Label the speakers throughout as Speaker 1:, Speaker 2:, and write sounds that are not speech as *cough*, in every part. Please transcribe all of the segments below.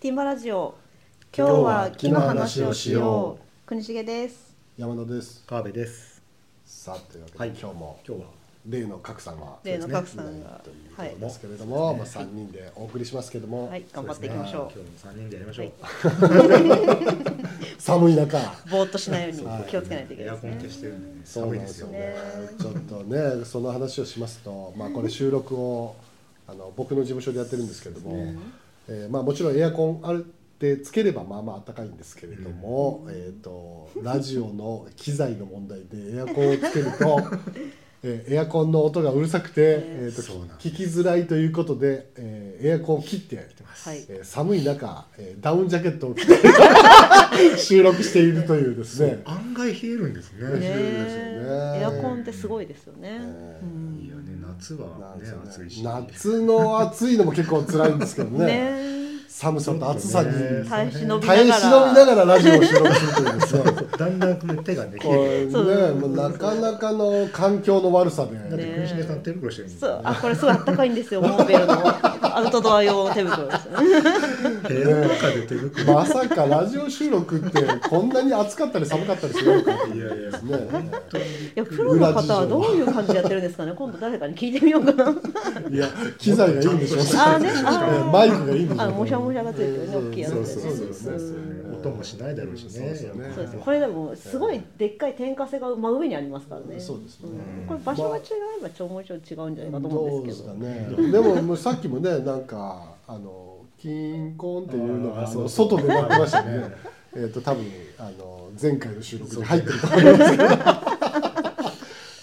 Speaker 1: ティンバラジオ今
Speaker 2: 今
Speaker 1: 日
Speaker 2: 日
Speaker 1: は
Speaker 2: は
Speaker 1: 木
Speaker 2: 木
Speaker 1: の
Speaker 2: の
Speaker 1: 話
Speaker 2: 話
Speaker 1: を
Speaker 2: を
Speaker 1: し
Speaker 2: し
Speaker 1: よ
Speaker 2: よ
Speaker 1: う国重です
Speaker 2: 山田です
Speaker 3: 川辺です。
Speaker 2: さあというわけで、
Speaker 3: はい
Speaker 2: 今日も
Speaker 3: 今日は
Speaker 2: 例の格さんが
Speaker 1: 例の格さんが
Speaker 2: という
Speaker 1: はい
Speaker 2: ことですけれども、まあ三人でお送りしますけれども、
Speaker 1: はい頑張っていきましょう
Speaker 3: 今日も三人でやりましょう。
Speaker 2: 寒い中
Speaker 1: ぼーっとしないよう
Speaker 2: は
Speaker 1: に
Speaker 2: い
Speaker 1: 気をつけないといけ
Speaker 3: エ
Speaker 1: ない
Speaker 3: ア
Speaker 1: です
Speaker 3: コン
Speaker 1: ね
Speaker 3: 消してるんでね、
Speaker 2: そう
Speaker 3: 寒い
Speaker 2: なん
Speaker 3: で
Speaker 2: ですす
Speaker 3: よ
Speaker 2: よ
Speaker 3: ね。
Speaker 2: ねちょっとねその話をしますと、まあ、これ収録をあの僕の事務所でやってるんですけれども、えーまあ、もちろんエアコンあるってつければまあまあ暖かいんですけれども、えー、とラジオの機材の問題でエアコンをつける
Speaker 3: *laughs*
Speaker 2: と。えーエアコンの音がうるさくて、えーと
Speaker 3: そうなんです
Speaker 2: 聞きづらいということで、えーエアコンを切って、
Speaker 1: はい
Speaker 2: えー寒い中、えーダウンジャケットを着
Speaker 3: *laughs*
Speaker 2: て収録しているというですね。
Speaker 3: 案外冷えるんですね。
Speaker 1: ね
Speaker 2: ね
Speaker 1: エアコンってすごいですよね、
Speaker 2: えー
Speaker 3: いいよね、夏
Speaker 2: な
Speaker 3: は
Speaker 2: んです
Speaker 3: ね
Speaker 2: よね
Speaker 3: 暑いし。
Speaker 2: 夏の暑いのも結構辛いんですけどね
Speaker 1: ね
Speaker 2: 寒さと暑さに
Speaker 3: ね
Speaker 1: 耐え忍びながら
Speaker 2: 耐え忍びながらラジオを収録するというですね
Speaker 3: だんだんね手がね
Speaker 2: こ
Speaker 3: 冷え
Speaker 2: れ
Speaker 3: て。
Speaker 2: ねもうなかなかの環境の悪さで、
Speaker 3: だって
Speaker 1: ね
Speaker 3: 国重さん手袋してるんです
Speaker 1: そう
Speaker 3: よね。
Speaker 1: あこれすごいあったかいんですよモーベルのアウトドア用の手袋ですね
Speaker 3: 部屋の中で手袋。
Speaker 2: まさかラジオ収録ってこんなに暑かったり寒かったりするのかって
Speaker 3: い
Speaker 2: いう
Speaker 3: やいや。
Speaker 2: ね
Speaker 1: いやプロの方はどういう感じでやってるんですかね今度誰かに聞いてみようかな
Speaker 2: いや機材 *laughs* がいいんでしょう
Speaker 1: あーねあー
Speaker 2: マイクがいいんでし
Speaker 1: あの
Speaker 2: ょ
Speaker 1: もしゃもしゃがついてるね大きいやつ
Speaker 3: そう
Speaker 1: で
Speaker 3: そ
Speaker 1: す
Speaker 3: うそ
Speaker 1: ね
Speaker 3: うそう
Speaker 2: うん
Speaker 3: 音もしないだろうし
Speaker 2: そう
Speaker 3: ね。
Speaker 2: そうね
Speaker 1: そうですこれでもすごいでっかい天かせが真上にありますからね。
Speaker 2: そうですね
Speaker 1: んこれ場所が違えばちょもちょ違うんじゃないかと思
Speaker 2: ど
Speaker 1: うん
Speaker 2: う
Speaker 1: で
Speaker 2: ですす
Speaker 1: け
Speaker 2: か
Speaker 1: ど。
Speaker 2: ねでももうさっきもねなんかあの金婚っていうのが
Speaker 3: あー
Speaker 2: あの
Speaker 3: そうそう
Speaker 2: 外でなってましたよねえっと多分あの前回の収録に入ってると思いますけど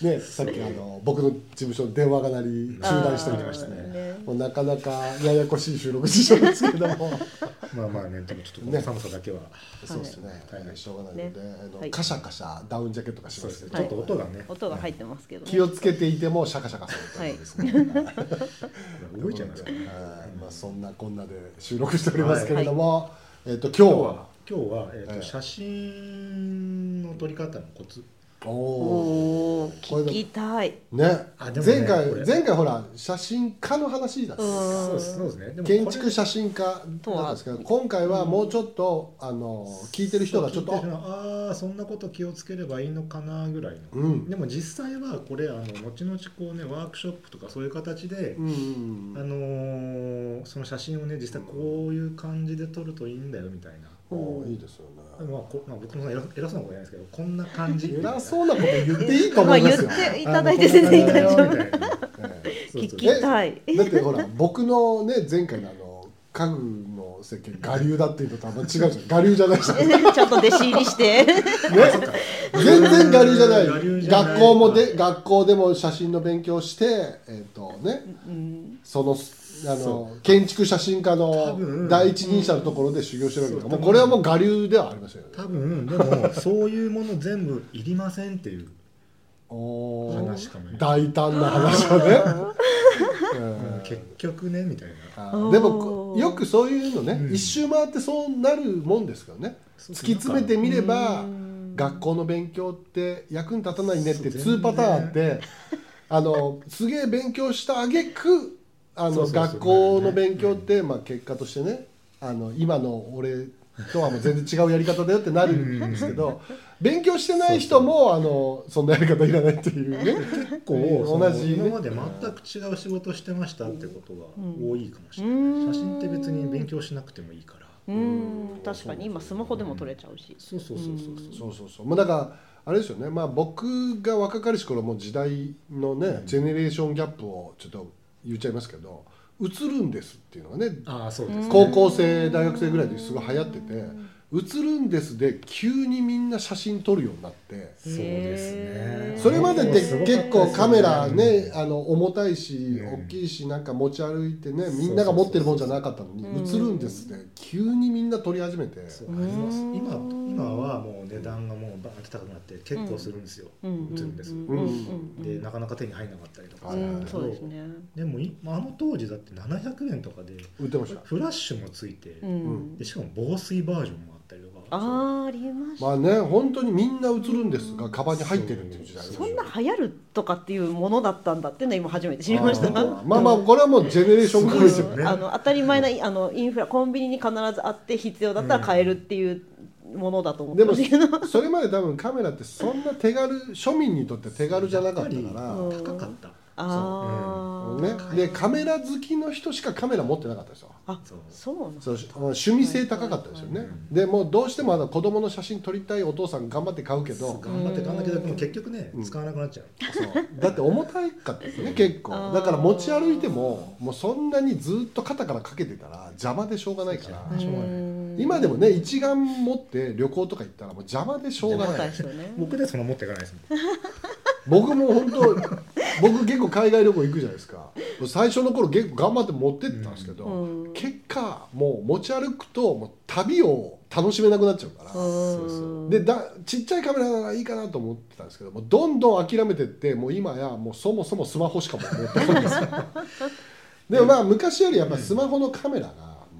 Speaker 2: ねさっきあの僕の事務所の電話が鳴り中断しておりました
Speaker 1: あー
Speaker 2: ね
Speaker 1: ね
Speaker 2: もうなかなかややこしい収録事情ですけども
Speaker 3: まあまあね、でもちょっとこの寒さだけは。
Speaker 2: そうですね
Speaker 3: はい
Speaker 2: しょうがないので
Speaker 1: ね
Speaker 2: あ
Speaker 1: は
Speaker 2: の
Speaker 1: い
Speaker 2: カシャカシャダウンジャケットがし
Speaker 3: そう
Speaker 2: ま
Speaker 3: です
Speaker 2: す
Speaker 3: ね。
Speaker 2: け
Speaker 3: ちょ
Speaker 2: ど
Speaker 3: っと音がね。
Speaker 1: 音が入ってますけど、
Speaker 2: 気をつけていてもシャカシャカするというですね
Speaker 3: 動いちゃいますからね。
Speaker 2: はいまあそんなこんなで収録しておりますけれども、えっ、と今
Speaker 3: 今
Speaker 2: 日
Speaker 3: 日
Speaker 2: は
Speaker 3: は今日は、え
Speaker 2: え
Speaker 3: ーと
Speaker 2: え
Speaker 3: 写真の撮り方のコツ
Speaker 2: お
Speaker 1: おお
Speaker 2: ーこれ
Speaker 1: 聞
Speaker 2: で
Speaker 1: きたい。
Speaker 2: ね
Speaker 3: あでもね
Speaker 2: 前回
Speaker 3: これ
Speaker 2: 前回ほら写真家の話だった
Speaker 1: うん
Speaker 3: そうですそうですねでも
Speaker 2: 建築写
Speaker 3: 者
Speaker 2: 真家だったんですけど今回はもうちょっと、あの聞いてる人がちょっとあ
Speaker 3: ああーそんなこと気をつければいいのかなぐらいの、
Speaker 2: うん
Speaker 3: でも実際はこれあの後々こうねワークショップとかそういう形で、
Speaker 2: うんうんう
Speaker 3: あ
Speaker 2: ん
Speaker 3: のーその写真をね実際こういう感じで撮るといいんだよみたいな、
Speaker 2: おーいいですよ
Speaker 3: で
Speaker 2: ね
Speaker 3: もまあこまあ、僕も偉偉そうなことじゃないですけどこんな感じ
Speaker 2: 偉
Speaker 3: う
Speaker 2: そうなこと言っていいと思いますよ、
Speaker 1: まあ言ってい
Speaker 3: い
Speaker 1: ただいて全然大丈夫。
Speaker 2: え
Speaker 1: 聞きたい。
Speaker 2: えだってほら僕のね前回のあの家具の設計我流だっていうのとあんま違うじゃん我流じゃないじゃん
Speaker 1: ちゃんと弟子入りして。
Speaker 2: *laughs* 全然我流じゃない
Speaker 3: 我流じゃない
Speaker 2: 学校もで学校でも写真の勉強してえっ、とね
Speaker 1: うん
Speaker 2: そのあ
Speaker 3: そ
Speaker 2: の建築写真家
Speaker 3: 多
Speaker 2: の
Speaker 3: 分
Speaker 2: 第一人者のところで修行してるわけだから
Speaker 3: そう
Speaker 2: もうこれはもう我流ではありませんよね
Speaker 3: 多分でもそういうもの全部いりませんっていう
Speaker 2: おー
Speaker 3: 話かもね
Speaker 2: 大胆な話をね、う
Speaker 3: *laughs* うん
Speaker 2: ん
Speaker 3: 結局ねみたいな
Speaker 2: あ
Speaker 1: お
Speaker 2: ー
Speaker 1: ー
Speaker 2: でもよくそういうのね、
Speaker 3: うん
Speaker 2: 一周回ってそうなるもんですからね
Speaker 3: そ
Speaker 2: 突
Speaker 3: う
Speaker 2: き詰めてみれば
Speaker 1: うん
Speaker 2: 学校の勉強って役に立たないねって
Speaker 3: そう
Speaker 2: 2パターンあ
Speaker 3: *laughs*
Speaker 2: ってあのすげえ勉強した挙句あ
Speaker 3: そ
Speaker 2: の
Speaker 3: うそうそう
Speaker 2: 学校の勉強って、まあ、結果としてねあの今の俺とはもう全然違うやり方だよってなるんですけど勉強してない人もあのそんなやり方いらないっていう
Speaker 3: *laughs*
Speaker 2: ね
Speaker 3: 結構
Speaker 2: 同
Speaker 3: 同
Speaker 2: じ
Speaker 3: じ
Speaker 2: ね
Speaker 3: 今まで全く違う仕事してましたってことが多いかもしれ
Speaker 1: うん
Speaker 3: ない写真って別に勉強しなくてもいいから
Speaker 1: うん確かに今スマホでも撮れちゃうし。
Speaker 3: そうそうそうそうそう
Speaker 2: そうそうそうもうだからあれですよねまあ僕が若かりし頃もう時代のね、ジェネレーションギャップをちょっと言っちゃいますけど映るんですっていうのがね
Speaker 3: ああそうですね
Speaker 2: 高校生大学生ぐらいですごい流行ってて「映るんです」で急にみんな写真撮るようになって
Speaker 3: そうです
Speaker 1: へ
Speaker 3: ね
Speaker 1: ー
Speaker 2: それまでっ
Speaker 1: す
Speaker 2: て
Speaker 1: ごかった
Speaker 2: 結構カメラねあの重たいし
Speaker 3: うん
Speaker 2: 大きいしなんか持ち歩いてねみんなが持ってるもんじゃなかったのに
Speaker 1: うん
Speaker 2: 「映るんです」で急にみんな撮り始めて
Speaker 3: そうう
Speaker 1: ーん
Speaker 3: あります今今はもう値段がもうバーンって高くなって結構するんですよ
Speaker 1: う
Speaker 3: 映
Speaker 1: ん
Speaker 3: るんです
Speaker 1: うんうん
Speaker 3: でなかなか手に入らなかったりとか
Speaker 2: う
Speaker 3: するん
Speaker 1: う
Speaker 3: だ
Speaker 1: ん
Speaker 3: け
Speaker 1: そうです
Speaker 3: ど
Speaker 1: ね。
Speaker 3: でもいあの当時だって700円とかで
Speaker 2: 売ってました
Speaker 3: フラッシュもついて
Speaker 1: うん
Speaker 3: でしかも防水バージョンもあったりとか
Speaker 1: あーありました、
Speaker 2: まあね本当にみんな映るんですがカバンに入ってるっていう時代ありま
Speaker 1: そ
Speaker 2: し
Speaker 1: ん
Speaker 2: た
Speaker 1: な
Speaker 2: よ
Speaker 1: 流行るとかっていうものだったんだっていうのは今初めて知りました。
Speaker 2: あーまあまあこれはもうジェネレーションからですよね
Speaker 3: ね
Speaker 1: あの当たり前なあのインフラコンビニに必ずあって必要だったら買えるっていうものだと思って
Speaker 2: で
Speaker 1: ま
Speaker 2: も
Speaker 1: すけど、
Speaker 2: それまで多分カメラってそんな手軽庶民にとって手軽じゃなかったか
Speaker 1: うん
Speaker 2: ら、
Speaker 3: 高かった
Speaker 1: *laughs* ああ、
Speaker 2: ね、でカメラ好きの人しかカメラ持ってなかったですよ
Speaker 1: あ
Speaker 3: そう
Speaker 1: そうなん
Speaker 2: そう趣味性高かったですよね、
Speaker 3: はいはいはい
Speaker 2: でもうどうしてもあの子供の写真撮りたいお父さん頑張って買うけど
Speaker 3: 頑張って買うんだけど
Speaker 1: うん
Speaker 3: でも結局ね
Speaker 2: うん
Speaker 3: 使わなくなっちゃう
Speaker 2: そうだって重たいかったですね結
Speaker 1: あ
Speaker 2: 構
Speaker 1: ー
Speaker 2: だから持ち歩いてももうそんなにずっと肩からかけてたら邪魔でしょうがないから
Speaker 3: しょうがない
Speaker 1: うん
Speaker 2: 今でもね一眼持って旅行とか行ったらもう邪魔でしょうが
Speaker 1: 若
Speaker 2: ない
Speaker 1: い人ね
Speaker 3: 僕でそんな持っていかないですもん
Speaker 2: 僕も本当 *laughs* 僕結構海外旅行行くじゃないですか最初の頃結構頑張って持ってってたんですけど、
Speaker 1: うん
Speaker 2: 結果もう持ち歩くともう旅を楽しめなくなっちゃうから、
Speaker 1: うん
Speaker 2: でだちっちゃいカメラならいいかなと思ってたんですけどもうどんどん諦めてってもう今やもうそもそもスマホしかもう持ってこないですよでもまあ昔よりやっぱスマホのカメラが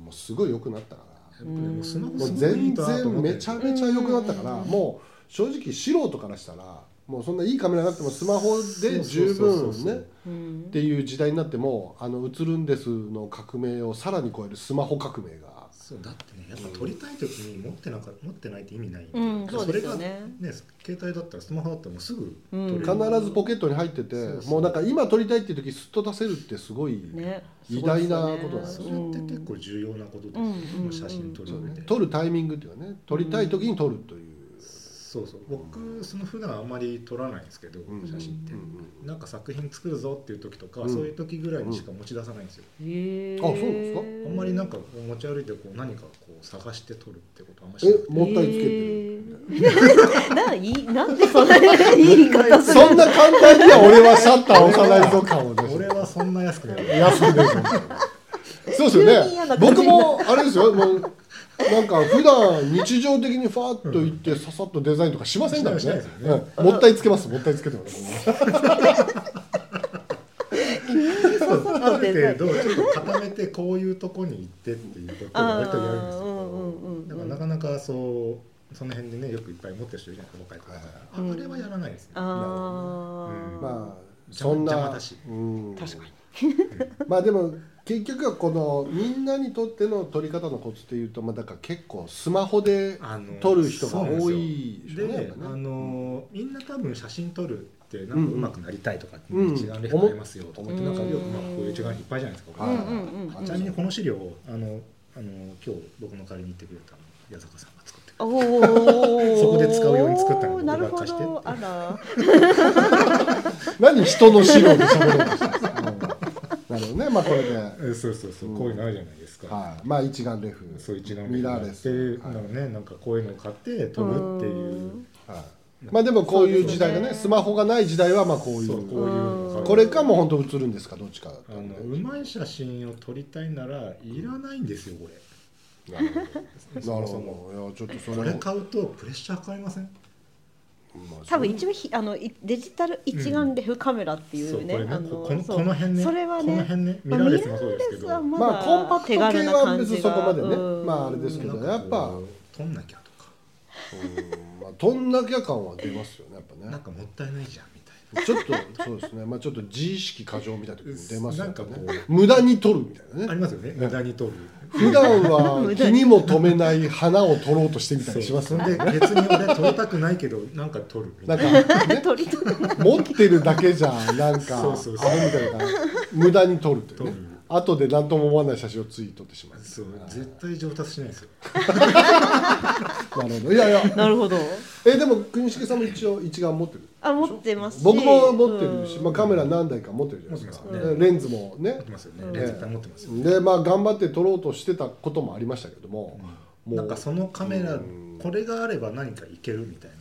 Speaker 2: もうすごい良くなったから
Speaker 3: やっぱりもうスマホ
Speaker 2: もう
Speaker 3: すごいい
Speaker 2: 全
Speaker 3: いかなと思
Speaker 2: 然
Speaker 3: って
Speaker 2: めちゃめちゃ良くなったから
Speaker 1: うん
Speaker 2: もう正直素人からしたらもうそんないいカメラなくてもスマホで十
Speaker 3: そ
Speaker 2: 分
Speaker 3: うそうそうそう
Speaker 2: ね
Speaker 1: うん
Speaker 2: っていう時代になってもあの映るんですの革命をさらに超えるスマホ革命が
Speaker 3: そうだってねやっぱ撮りたい時に持ってなか持ってないって意味ないんで、
Speaker 1: うんそうですよ
Speaker 3: れ
Speaker 1: ね
Speaker 3: がね携帯だったらスマホだったらもうすぐ撮
Speaker 1: うん
Speaker 3: れる、
Speaker 2: 必ずポケットに入ってて
Speaker 3: そうそう
Speaker 2: もうなんか今撮りたいっていう時すっと出せるってすごい、
Speaker 1: ね
Speaker 2: 偉大なことだ
Speaker 1: す
Speaker 3: それ
Speaker 1: ご
Speaker 3: っ
Speaker 1: いですよ
Speaker 3: て
Speaker 1: ね
Speaker 3: 結構重要なことです、
Speaker 1: うん
Speaker 3: まあ写真撮る
Speaker 2: そう
Speaker 3: 上で、
Speaker 2: ね撮るタイミングっていうかね撮りたい時に撮るという、
Speaker 3: そうそう僕その普段あんまり撮らないんですけど、
Speaker 2: うん
Speaker 3: 写真って、
Speaker 2: うん
Speaker 3: なんか作品作るぞっていう時とか、
Speaker 2: うん
Speaker 3: そういう時ぐらいにしか持ち出さないんですよ、
Speaker 1: へー
Speaker 2: あそうなんですかあ
Speaker 3: あんまりなんかこう持ち歩いてこう何かこう探して撮るってことあんましない
Speaker 2: えもったいつけてる、
Speaker 1: えーないいなんでそんな言
Speaker 2: *laughs*
Speaker 1: い方する
Speaker 2: そんな簡単には俺はシャッターを押さないぞ感を出して
Speaker 3: 俺はそんな安くない
Speaker 2: 休んでるじゃんそうです
Speaker 1: 急に
Speaker 2: よ
Speaker 1: 嫌
Speaker 2: ね
Speaker 1: な感じ
Speaker 2: 僕
Speaker 1: になる
Speaker 2: もあれですよもうなんか普段日常的にファーッと行ってささっとデザインとかしませんからね
Speaker 3: しないですよね
Speaker 2: うんもったいつけますもったいつけてます
Speaker 3: ある程度ちょっと固めてこういうとこに行ってっていうことを
Speaker 1: あ
Speaker 3: 割とやるんです
Speaker 1: ー
Speaker 3: よ
Speaker 1: うんうん
Speaker 3: だ
Speaker 1: う
Speaker 3: から
Speaker 1: んう
Speaker 3: なんかなかそうその辺でねよくいっぱい持ってる人いるじゃないですか若い子
Speaker 1: はい
Speaker 3: とかあれはやらないですね
Speaker 1: あー
Speaker 2: まあそ
Speaker 3: 邪魔
Speaker 2: んな
Speaker 3: 邪魔だし
Speaker 2: うん
Speaker 1: 確かに
Speaker 2: まあでも結局はこのみんなにとっての撮り方のコツっていうとまあだから結構スマホで
Speaker 3: あの
Speaker 2: 撮る人が多いでし
Speaker 3: で
Speaker 2: ょうねやっ
Speaker 3: あ
Speaker 2: ぱね
Speaker 3: のみんな多分写真撮るってなんかうまくなりたいとか
Speaker 2: うん
Speaker 3: 一眼レフありますよとかって
Speaker 1: うん
Speaker 3: なんかよくまあこういう一眼レフいっぱいじゃないですか、
Speaker 2: はい
Speaker 1: うんうんうんうん
Speaker 3: ちなみにこの資料をあのあの今日僕の代わりに行ってくれた矢坂さんが作ってくれた
Speaker 1: おー
Speaker 3: そこで使うように作ったの
Speaker 1: なる
Speaker 3: 僕
Speaker 1: ほ
Speaker 3: が貸して
Speaker 1: どあら
Speaker 2: 何人の資料で喋ろうとしてるんですかうんなるほどねまあこれで
Speaker 3: え *laughs* そうそうそう、
Speaker 2: うん
Speaker 3: こういうのあるじゃないですか、
Speaker 2: はい、まあ一眼レフ
Speaker 3: そう一眼レ
Speaker 2: ミ
Speaker 3: フ
Speaker 2: ラー
Speaker 3: 買
Speaker 2: レ
Speaker 3: っ
Speaker 2: ス
Speaker 3: てるの
Speaker 2: はい
Speaker 3: ね、なんかこういうのを買って飛ぶっていう
Speaker 2: はいまあでもこういう時代が
Speaker 1: そう
Speaker 2: ね
Speaker 1: ですね
Speaker 2: スマホがない時代はまあこうい
Speaker 3: そう
Speaker 2: う
Speaker 3: こういうのを買う
Speaker 2: これかもう本当映るんですかどっちかだと
Speaker 3: あ
Speaker 2: ね
Speaker 3: のうまい写真を撮りたいならいらないんですよこれ
Speaker 2: なるほど
Speaker 3: そ
Speaker 2: なる
Speaker 3: もそも
Speaker 2: ほどいやちょっとそれ
Speaker 3: これ
Speaker 2: も
Speaker 3: 買うとプレッシャーかかりません
Speaker 2: まあ
Speaker 1: 多分一番ひあのいデジタル一眼レフカメラってい
Speaker 3: そう
Speaker 1: う
Speaker 3: こ
Speaker 1: ね、
Speaker 3: れね
Speaker 1: あ
Speaker 3: ここの
Speaker 1: そう
Speaker 3: この辺ね
Speaker 1: それはね
Speaker 3: この辺ねミ
Speaker 1: ま
Speaker 3: ラ
Speaker 1: あ
Speaker 3: ーレスもそうですけ
Speaker 1: ミ
Speaker 3: ど、
Speaker 1: ラーレスはまだ
Speaker 2: まあコンパクト系は
Speaker 1: 手軽な感じが
Speaker 2: 別にそこまでね
Speaker 1: うん
Speaker 2: まああれですけどやっぱ
Speaker 3: こう撮んなきゃとか
Speaker 2: うんまあとんなきゃ感は出ますよねやっぱ
Speaker 3: なん
Speaker 2: ね
Speaker 3: かもったいないじゃんみたいな
Speaker 2: ちょっとそうですねまあちょっと自意識過剰みたいな時も出ますよね
Speaker 3: なんかこう
Speaker 2: 無駄に撮るみたいな
Speaker 3: あ
Speaker 2: ね
Speaker 3: りますよね無駄に撮る
Speaker 2: 普段 *laughs* は気にも留めない花を撮ろうとしてみたりします
Speaker 3: それで別に俺撮りたくないけどなんか撮るみた
Speaker 2: ないん
Speaker 3: な
Speaker 1: *laughs*
Speaker 2: か、ね、
Speaker 1: 撮りたい
Speaker 2: 持ってるだけじゃなんか
Speaker 3: そうそうそう
Speaker 2: アホみたいな無駄に撮るというね
Speaker 3: 撮る
Speaker 2: 後で何とも思わない写真をツイートってしまう
Speaker 3: そう絶対上達しないですよ
Speaker 2: なるほどいやいや
Speaker 1: なるほど
Speaker 2: えでも国重さんも一応一眼持ってる
Speaker 1: あ持ってますし
Speaker 2: 僕も持ってるし、
Speaker 1: うん
Speaker 2: まあ、カメラ何台か持ってるじゃないですか
Speaker 3: 持ってますね
Speaker 2: でレンズもね
Speaker 3: 持ってますよねレンズいっぱい持ってますよ
Speaker 2: でまあ頑張って撮ろうとしてたこともありましたけども、もう
Speaker 3: なんかそのカメラ
Speaker 2: うん
Speaker 3: これがあれば何かいけるみたい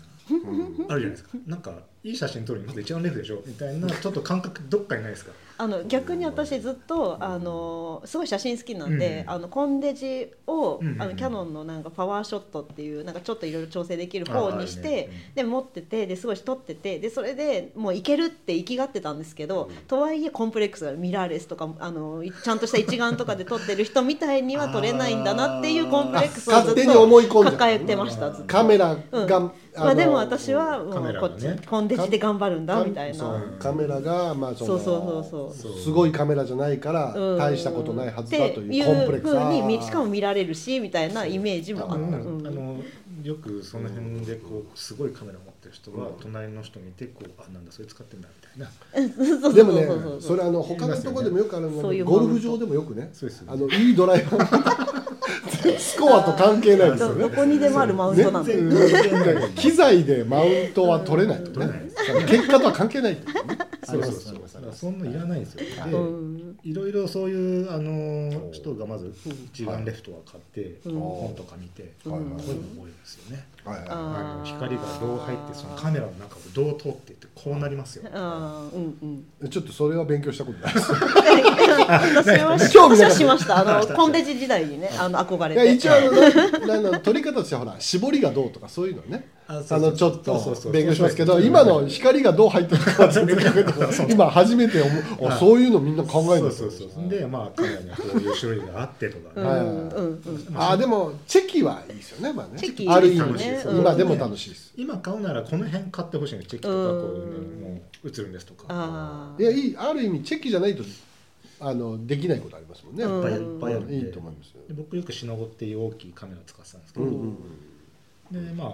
Speaker 3: なあるじゃないですかなんかいい写真撮るにまず一眼レフでしょみたいなちょっと感覚どっかにないですか
Speaker 1: あの逆に私ずっとあのすごい写真好きなんで、
Speaker 3: うん
Speaker 1: あのコンデジを、
Speaker 3: うん
Speaker 1: あのキャノンのなんかパワーショットっていうなんかちょっといろいろ調整できる方にし
Speaker 3: あーい
Speaker 1: て
Speaker 3: いねう、
Speaker 1: で持っててですごい撮っててでそれでもういけるって意きがってたんですけど、とはいえコンプレックスがミラーレスとかあのいちゃんとした一眼とかで撮ってる人みたいには撮れないんだなっていうコンプレックスをず
Speaker 2: 勝
Speaker 1: っ
Speaker 2: 手に
Speaker 1: と
Speaker 2: 思い込んじゃう
Speaker 1: 抱えてましたずっと。
Speaker 2: カメラが、
Speaker 1: うんまあでも私はも
Speaker 3: カメ
Speaker 1: う
Speaker 3: ラ
Speaker 1: こ
Speaker 3: が
Speaker 1: っち、
Speaker 3: ね
Speaker 1: コンデジで頑張るんだみたい
Speaker 2: そ
Speaker 1: な。
Speaker 2: うカメラがまあそ
Speaker 1: そ
Speaker 2: の
Speaker 1: うそうそうそう
Speaker 2: すごいカメラじゃないから
Speaker 1: うん
Speaker 2: 大したことないはずだというコンプレックス
Speaker 1: っていうふうに
Speaker 2: あー
Speaker 1: しかも見られるしみたいなイメージもあ
Speaker 3: 多
Speaker 1: った、う
Speaker 3: 分
Speaker 1: ん
Speaker 3: あのよくその辺でこうすごいカメラ持ってる人は隣の人見てこうあなんだそれ使ってんだみたいな
Speaker 2: でもね
Speaker 1: そうそうそう
Speaker 2: それあの他のところでもよくあるの
Speaker 1: そうい
Speaker 2: が
Speaker 1: う
Speaker 2: ゴルフ場でもよくね
Speaker 3: そうですよね
Speaker 2: あのいいドライバー *laughs* スコアと関係ないんですよ
Speaker 1: ど
Speaker 2: ね
Speaker 1: どこにでもあるマウントなんで、
Speaker 3: 全然関係ない
Speaker 2: うん機材でマウントは取れないとかね結果とは関係ないっていうね
Speaker 3: そうそ
Speaker 2: あ
Speaker 3: うそ
Speaker 2: り
Speaker 3: う
Speaker 2: ますありま
Speaker 3: だから
Speaker 2: す
Speaker 3: そんないらないんですよ
Speaker 1: う
Speaker 3: で
Speaker 1: ん、
Speaker 3: いろいろそういうあの人がまず一眼レフトは買って
Speaker 1: ん
Speaker 3: 本とか見て
Speaker 1: うん
Speaker 3: こういうの覚えるんですよね
Speaker 2: はいはい
Speaker 1: あー
Speaker 3: あの光がどう入ってそのカメラの中をどう通ってってこうなりますよ
Speaker 1: あーうんうん
Speaker 2: ちょっとそれは勉強したことないです
Speaker 1: 私は
Speaker 2: 興味なかった
Speaker 1: 私はしましたあのコンデジ時代にねあの憧
Speaker 2: いや
Speaker 1: れて
Speaker 2: 一応あのなな取り方としてはほら絞りがどうとかそういうのね
Speaker 3: あ
Speaker 2: あ
Speaker 3: そうそう
Speaker 2: のちょっ
Speaker 3: そうそうそ
Speaker 2: と
Speaker 3: う
Speaker 2: 勉強しますけど
Speaker 3: そうそう
Speaker 2: 今の光がどう入ってる
Speaker 3: *laughs*
Speaker 2: かは全然考えてない今初めて思うあそういうのみんな考えるん
Speaker 3: そう
Speaker 2: だ
Speaker 3: そうそうでまあカメラにはこういう種類があってとか
Speaker 1: う
Speaker 3: ね
Speaker 1: ん
Speaker 2: は
Speaker 1: うん
Speaker 2: い
Speaker 1: うん
Speaker 2: あーでもチェキはいいですよねまあね
Speaker 1: チェキ
Speaker 2: ある意味
Speaker 3: 楽しいです
Speaker 2: ね
Speaker 3: よ
Speaker 2: 今でも楽しいです
Speaker 3: 今買うならこの辺買ってほしいのチェキとかこういう
Speaker 1: う
Speaker 3: のもう映るんですとか
Speaker 1: あ
Speaker 2: いやいいある意味チェキじゃないとあのできないことありますもんね
Speaker 1: うん
Speaker 3: いっぱいあ
Speaker 2: やっぱり
Speaker 3: るいっぱいあるん
Speaker 2: い
Speaker 3: で
Speaker 2: いと思いますよ
Speaker 3: で僕よくシノゴっていう大きいカメラ使ってたんですけ
Speaker 2: う
Speaker 3: ど
Speaker 2: んうんうん
Speaker 3: でまあ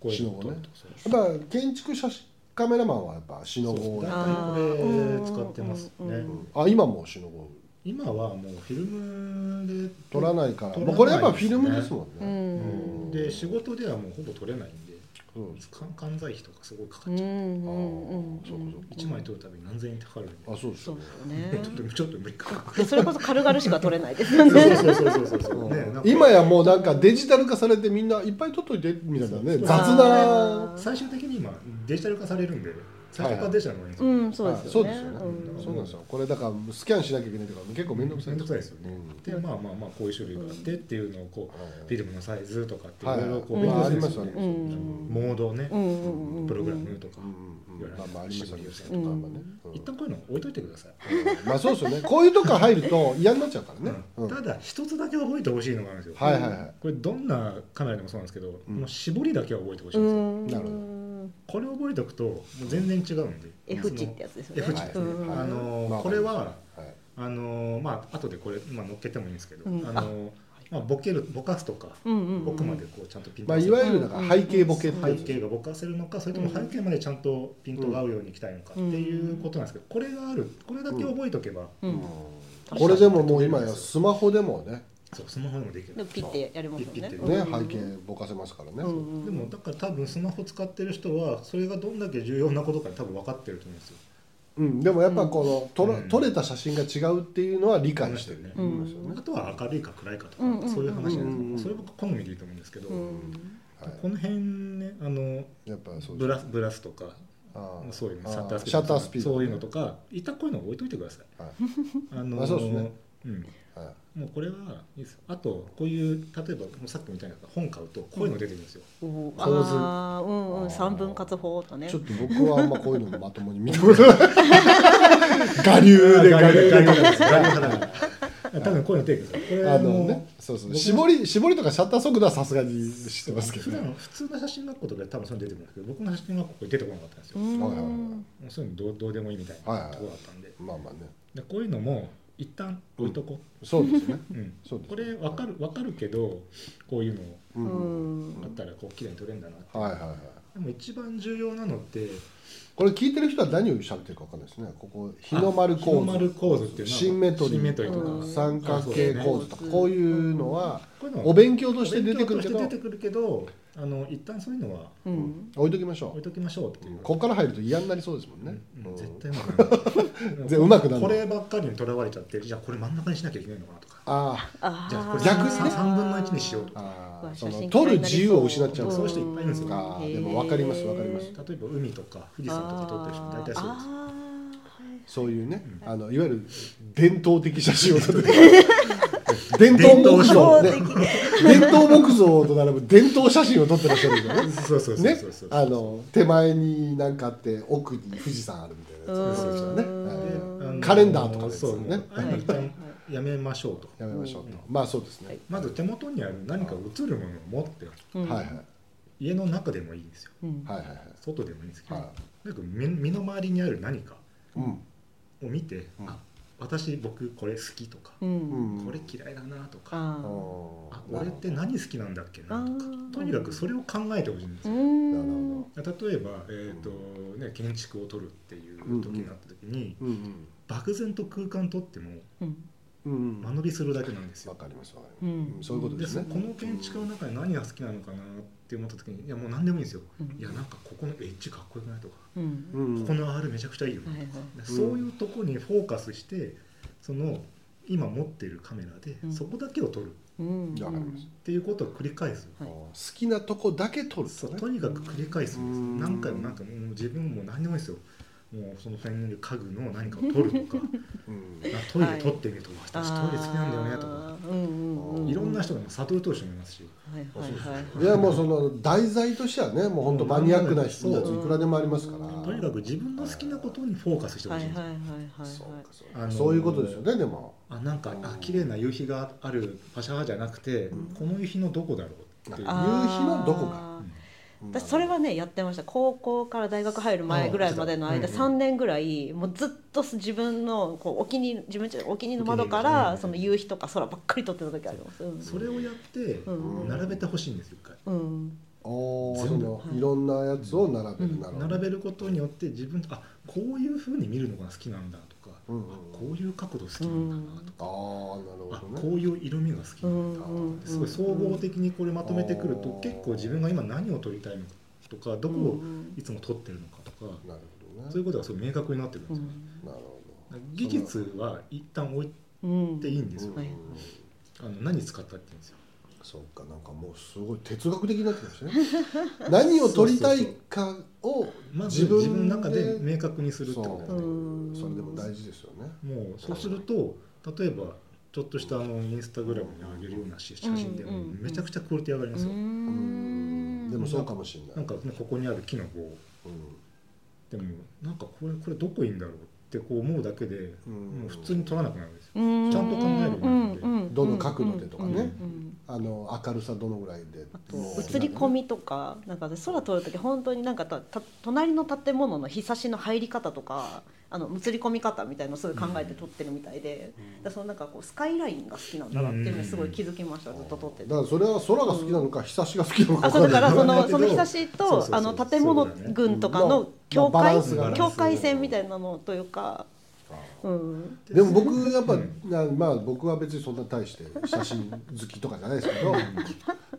Speaker 3: こういうのを撮るとそう
Speaker 2: やっぱ建築写真カメラマンはやっぱシノゴを
Speaker 3: そう
Speaker 1: あ
Speaker 3: 大体これ使ってます
Speaker 1: あー
Speaker 3: ね
Speaker 1: うんうん
Speaker 2: あ今もうシノゴ
Speaker 3: 今はもうフィルムで
Speaker 2: 撮らないから
Speaker 3: 撮らないですね
Speaker 2: もうこれやっぱフィルムですもん
Speaker 1: う
Speaker 2: ね
Speaker 3: うんんで仕事ではもうほぼ撮れないんで
Speaker 2: うん
Speaker 3: 関関材費とかすごいか
Speaker 1: う
Speaker 3: かっ
Speaker 1: んう
Speaker 3: ちゃうん
Speaker 2: あ
Speaker 1: うん
Speaker 2: ーそうかそうか
Speaker 3: 一枚撮るたびに何千円かかるんで
Speaker 2: あそうです
Speaker 1: そ
Speaker 2: よ
Speaker 1: う
Speaker 2: ね
Speaker 1: です
Speaker 3: ちょっ
Speaker 1: よね
Speaker 3: とちょっと無理かな
Speaker 1: でそれこそ軽々しか取れないです
Speaker 2: *laughs*
Speaker 1: よね
Speaker 3: そうそうそうそうそうそうねなんか
Speaker 2: 今やもうなんかデジタル化されてみんないっぱい撮っといてみたいなね
Speaker 3: そう
Speaker 2: 雑な
Speaker 1: あー
Speaker 3: 最終的に今デジタル化されるんで最初からデジタルの映像
Speaker 1: うんそうですよね
Speaker 2: はいそうですよね
Speaker 1: うん
Speaker 2: そうなんですよこれだからスキャンしなきゃいけないとか結構面倒くさい
Speaker 3: 面倒くさいですよね
Speaker 2: うん
Speaker 3: でまあまあまあこういう種類があってっていうのをこうフィルムのサイズとかってい
Speaker 2: はい
Speaker 3: ろいろこ
Speaker 1: う
Speaker 3: う
Speaker 1: ん
Speaker 3: 勉強するんで
Speaker 2: あ
Speaker 3: すよ
Speaker 2: り
Speaker 3: ね
Speaker 2: ます
Speaker 1: よねうん
Speaker 3: モードをね
Speaker 1: うんうんうん
Speaker 3: プログラムとか
Speaker 2: うんうんまあまあありましたけど
Speaker 1: うん
Speaker 2: まあまあねうん
Speaker 3: 一旦こういうの置いといてください
Speaker 2: まあそうですよねこういうとこ入ると嫌になっちゃうからねう
Speaker 3: うんん
Speaker 2: は
Speaker 3: ただ一つだけ覚えてほしいのがあるんですよ
Speaker 2: いはいはい
Speaker 3: これどんなカメラでもそうなんですけどこ
Speaker 2: ん
Speaker 3: の絞りだけは覚えてほしい
Speaker 1: うん
Speaker 3: ですよ
Speaker 1: ん
Speaker 2: なるほ
Speaker 3: これ覚えておくともう全然違うんで
Speaker 1: F 値ってやつですよね
Speaker 3: F 値ですね
Speaker 1: うん
Speaker 3: あ
Speaker 2: ま
Speaker 3: の
Speaker 2: あ
Speaker 3: ーこれは
Speaker 2: はい
Speaker 3: あのーまあ後でこれまあ乗っけてもいいんですけどあ
Speaker 1: うん
Speaker 3: のーまあボケるぼかすとか
Speaker 1: うんうんうん
Speaker 3: 奥までこうちゃんとピン
Speaker 2: ま
Speaker 3: ト
Speaker 2: あ
Speaker 3: 合わ
Speaker 2: い
Speaker 3: せて
Speaker 2: わゆるだから背景ボケって
Speaker 3: 背
Speaker 2: やつ
Speaker 3: 景がぼかせるのかそれとも背景までちゃんとピントが合うようにいきたいのかっていうことなんですけどこれがあるこれだけ覚えとけば、
Speaker 1: うん
Speaker 2: これでももう今やスマホでもね
Speaker 3: そうスマホでもできる
Speaker 1: でもピッてやりますよ
Speaker 3: ピッ
Speaker 1: ね
Speaker 3: て
Speaker 2: ね背景ぼかせますからね
Speaker 1: うんうん
Speaker 3: でもだから多分スマホ使ってる人はそれがどんだけ重要なことか多分分かってると思うんですよ
Speaker 2: うんでもやっぱこの撮ら
Speaker 3: うん
Speaker 2: 撮れた写真が違うっていうのは理解してる
Speaker 1: うん
Speaker 2: いますよね
Speaker 3: あとは明るいか暗いかとか、
Speaker 1: うんうんうん
Speaker 3: そういう話じ
Speaker 2: う
Speaker 3: ゃないですか、
Speaker 2: んうんうん
Speaker 3: それ僕好みでいいと思うんですけど、
Speaker 1: うん
Speaker 2: はい
Speaker 3: この辺ねあの
Speaker 2: やっぱそうです
Speaker 3: ブラスブラスとか
Speaker 2: あー
Speaker 3: そういうの
Speaker 2: あ
Speaker 3: シャッタースピードとか
Speaker 2: シャッタースピード
Speaker 3: そういうのとか一旦こういうの置いといてください
Speaker 2: はい
Speaker 3: あのー
Speaker 2: あそうですね
Speaker 3: うん
Speaker 2: はい
Speaker 3: もうこれはいいですよあとこういう例えばもうさっきみたいな本買うとこういうの出てくるんですよ、
Speaker 1: おー
Speaker 3: 構図
Speaker 1: あーうんうん三分割法とかね
Speaker 2: ちょっと僕はあんまこういうのまともに見たことない。我流
Speaker 3: *laughs*
Speaker 2: で我流で。 *laughs*
Speaker 3: 多分こういうの出てくるんですよこれ
Speaker 2: あのね、そうそう。絞り絞りとかシャッター速度はさすがにしてますけ
Speaker 3: 普
Speaker 2: どね。
Speaker 3: 段普通の写真学校とかで多分そういうの出てくるんですけど僕の写真学校これ出てこなかったんですよ、
Speaker 1: う
Speaker 3: も
Speaker 1: ん
Speaker 2: はいはいは
Speaker 3: うそういうのどうどうでもいいみたい
Speaker 2: はいは
Speaker 3: ないところだったんで,、
Speaker 2: い。まあまあね。
Speaker 3: でこういうのも一旦置いとこ
Speaker 2: そうですね。
Speaker 3: う、うん
Speaker 2: そうです。
Speaker 3: これ分かる分かるけどこういうの
Speaker 2: う。
Speaker 1: うんん
Speaker 3: あったらこう綺麗に撮れるんだなって、
Speaker 2: はいはいはい。
Speaker 3: でも一番重要なのって
Speaker 2: これ聞いてる人は何を喋ってるかわかんないですね。ここ日の丸構
Speaker 3: 日の丸
Speaker 2: 図、
Speaker 3: 構図っていうのは
Speaker 2: シンメトリ
Speaker 3: シンメトリ
Speaker 2: ー
Speaker 3: ーと
Speaker 2: と
Speaker 3: か
Speaker 2: か三角形構図とか
Speaker 1: うん
Speaker 2: こういうのは
Speaker 3: こういうのは
Speaker 2: お勉強として出てくるけ
Speaker 3: お
Speaker 2: ど
Speaker 3: 勉強として出てくるけどあの一旦そういうのは
Speaker 1: うん
Speaker 2: 置いときましょ。
Speaker 3: 置いうときましょうっていう、
Speaker 2: ここから入ると嫌になりそうですもんね。
Speaker 3: うん
Speaker 2: うん
Speaker 3: 絶対うまくな
Speaker 2: *laughs*
Speaker 3: い
Speaker 2: でうまくなる
Speaker 3: こればっかりにとらわれちゃってじゃあこれ真ん中にしなきゃいけないのかなとか
Speaker 2: あ
Speaker 1: あー
Speaker 3: じゃあこれ
Speaker 2: 逆にね
Speaker 3: 三三分の一にしようと
Speaker 2: ーあ
Speaker 1: う
Speaker 2: ー、
Speaker 1: わ
Speaker 2: そ
Speaker 1: 写
Speaker 2: の
Speaker 1: 真
Speaker 2: 取る自由を失っちゃう。
Speaker 3: そういう人いっぱいいるんですよ
Speaker 2: あーでもわかりますわかります
Speaker 3: 例えば海とか富士山とか撮ってる人も大体そうです
Speaker 1: あー
Speaker 2: そういうね、あのいわゆる伝統的写真を撮って伝統木造ね
Speaker 1: 伝
Speaker 3: *laughs*
Speaker 1: 統
Speaker 2: 伝統木造と並ぶ伝統写真を撮ってらっしゃるんだよね
Speaker 3: そうそうそう
Speaker 2: ね
Speaker 3: そうそう。
Speaker 2: あの手前になんかあって奥に富士山あるみたいなやつですよね
Speaker 1: う
Speaker 3: で
Speaker 2: は
Speaker 1: ん
Speaker 3: あの
Speaker 2: カレンダーとかのやつ
Speaker 3: そうもう
Speaker 2: ね
Speaker 3: ああいうの一旦やめましょうと
Speaker 2: い。やめましょうとまあそうですね
Speaker 3: まず手元にある何か映るものを持って
Speaker 1: う
Speaker 2: は
Speaker 1: ん
Speaker 2: いはい
Speaker 3: 家の中でもいいんですよ
Speaker 1: うん
Speaker 2: はいはいはい
Speaker 3: 外でもいいんですけど、
Speaker 2: は
Speaker 3: なんか身身の回りにある何か
Speaker 2: うん
Speaker 3: を見て、
Speaker 2: うん
Speaker 3: あ私僕これ好きとか、
Speaker 1: う
Speaker 2: うんん
Speaker 3: これ嫌いだなとか、
Speaker 1: あー
Speaker 3: あ俺って何好きなんだっけなとか
Speaker 1: あー
Speaker 3: とにかくそれを考えてほしいんです
Speaker 1: う
Speaker 3: よ。
Speaker 1: ん
Speaker 3: 例えば、えーとね、建築を取るっていう時になった時に、
Speaker 2: うんうん
Speaker 3: 漠然と空間取っても
Speaker 1: うん
Speaker 2: うん
Speaker 3: 間延びするだけなんです
Speaker 2: わ
Speaker 3: よ。
Speaker 2: かりますわかり
Speaker 1: う
Speaker 2: ます
Speaker 1: ん
Speaker 2: うんそういうこと
Speaker 3: で
Speaker 2: ですね
Speaker 3: この建築の中で何が好きなのかなって思った時にいやもう何でもいいんですよ。いやなんかここのエッジかっこよくないとか、
Speaker 1: うん
Speaker 2: うんうん
Speaker 3: ここの R めちゃくちゃいいよねとか、
Speaker 1: はいはい
Speaker 3: でそういうとこにフォーカスしてその今持っているカメラで
Speaker 1: うん
Speaker 3: そこだけを撮るっ
Speaker 1: うん
Speaker 2: わかります
Speaker 3: ていうことを繰り返す、
Speaker 1: はい
Speaker 2: 好きなとこだけ撮る
Speaker 3: そうとにかく繰り返すんですよ
Speaker 2: うん
Speaker 3: 何回も何回ももう自分も何でもいいですよもうその辺にいる家具の何かを撮るとか
Speaker 2: うん
Speaker 3: あトイレ撮ってみるとか、私トイレ好きなんだよねとか
Speaker 1: あーうんうんうん
Speaker 3: いろんな人が悟る投手もいますし
Speaker 1: はいはいはい
Speaker 2: いやもうその題材としてはねもう本当マニアックな人たちいくらでもありますから
Speaker 3: とにかく自分の好きなことにフォーカスしてほ
Speaker 1: はい
Speaker 3: しい
Speaker 1: は
Speaker 3: ん
Speaker 1: い
Speaker 3: です
Speaker 1: はい
Speaker 3: よ、
Speaker 1: はい
Speaker 2: そう
Speaker 1: は
Speaker 2: か
Speaker 1: い
Speaker 2: そう
Speaker 3: あ
Speaker 2: か
Speaker 3: のー
Speaker 2: そういうことですよねでも
Speaker 3: あなんかあ綺麗な夕日があるパシャーじゃなくて、この夕日のどこだろうっていう
Speaker 2: あ夕日のどこか
Speaker 1: あー
Speaker 2: うん
Speaker 1: 私それはねやってました高校から大学入る前ぐらいまでの間
Speaker 3: うん
Speaker 1: 3年ぐらいもうずっと自分のこうお気に入り自分ちのお気に入りの窓か
Speaker 3: う
Speaker 1: ら
Speaker 3: ん
Speaker 1: その夕日とか空ばっかり撮ってた時あります。うん
Speaker 3: それをやって
Speaker 1: うん
Speaker 3: 並べてほしいんですよ一回
Speaker 1: うん
Speaker 2: おーそ
Speaker 3: 全部
Speaker 2: のいろんなやつを並べるなるほど
Speaker 3: 並べることによって自分あこういうふうに見るのが好きなんだとか、
Speaker 2: うんうん
Speaker 3: あこういう角度好きなんだなとか、
Speaker 2: ああなるほ
Speaker 3: あ
Speaker 2: ど
Speaker 3: こ
Speaker 2: ね
Speaker 3: ういう色味が好き
Speaker 1: う
Speaker 3: なんだ、
Speaker 1: んうん
Speaker 3: すごい総合的にこれまとめてくる
Speaker 2: う
Speaker 3: と
Speaker 2: ん
Speaker 3: 結構自分が今何を撮りたいのかとかどこ
Speaker 1: う
Speaker 3: を
Speaker 1: ん
Speaker 3: いつも撮ってるのかとか、
Speaker 2: なるほどね
Speaker 3: そういうことがすごい明確になってくるん
Speaker 1: う
Speaker 3: ですよ、
Speaker 1: ん
Speaker 2: なるほど
Speaker 3: 技術は一旦置い
Speaker 1: うん
Speaker 3: ていいんですよ、
Speaker 1: はい
Speaker 2: うん
Speaker 3: あの何使ったって言うんですよ
Speaker 2: そうかなんかもうすごい哲学的になってきましたね *laughs* 何を撮りたいかを
Speaker 3: まず
Speaker 2: 自
Speaker 3: 自分
Speaker 2: 分
Speaker 3: の中で
Speaker 2: で
Speaker 3: 明確にするってことだよね
Speaker 2: そう
Speaker 1: うん
Speaker 2: それでも大事ですよね
Speaker 3: もうそうすると例えばちょっとしたあのインスタグラムに上げるような写真でも
Speaker 1: うんうん
Speaker 3: めちゃくちゃクオリティ上がりますよ、
Speaker 1: うん
Speaker 2: でもそうかもしれな
Speaker 3: ないんかねここにある木の棒でもなんかこれこれどこいいんだろうってこう思うだけで
Speaker 2: うん
Speaker 3: もう普通に撮らなくなるんですよ
Speaker 1: うん
Speaker 3: ちゃんと考えるようになって
Speaker 1: うん
Speaker 2: どの角度でとかね
Speaker 1: うんうん
Speaker 2: あの明るさどのぐらいで
Speaker 1: あと映り込みとかなんか私空撮る時本当になんかたた隣の建物の日差しの入り方とかあの映り込み方みたいのをすごい考えて撮ってるみたいで、だからそのなんかこうスカイラインが好きなんだなっていうのにすごい気づきました、ずっと撮ってて
Speaker 2: だ。からそれは空が好きなのか日差しが好きなのか
Speaker 1: あそうだから
Speaker 2: わ
Speaker 1: そ
Speaker 2: ん *laughs* ない
Speaker 1: の
Speaker 3: そ
Speaker 1: そうの
Speaker 3: だよね
Speaker 1: 日差し
Speaker 3: そうそう
Speaker 1: と
Speaker 3: そう
Speaker 1: あの建物群とか
Speaker 2: そうだよ
Speaker 1: の
Speaker 2: ね
Speaker 1: 境
Speaker 2: まあバラ
Speaker 1: 界
Speaker 2: ンスが
Speaker 1: 境界線みたいなのというか、うん、
Speaker 2: でも僕やっぱ、なまあ僕は別にそんな大して写真好きとかじゃないですけ
Speaker 1: *laughs*
Speaker 2: ど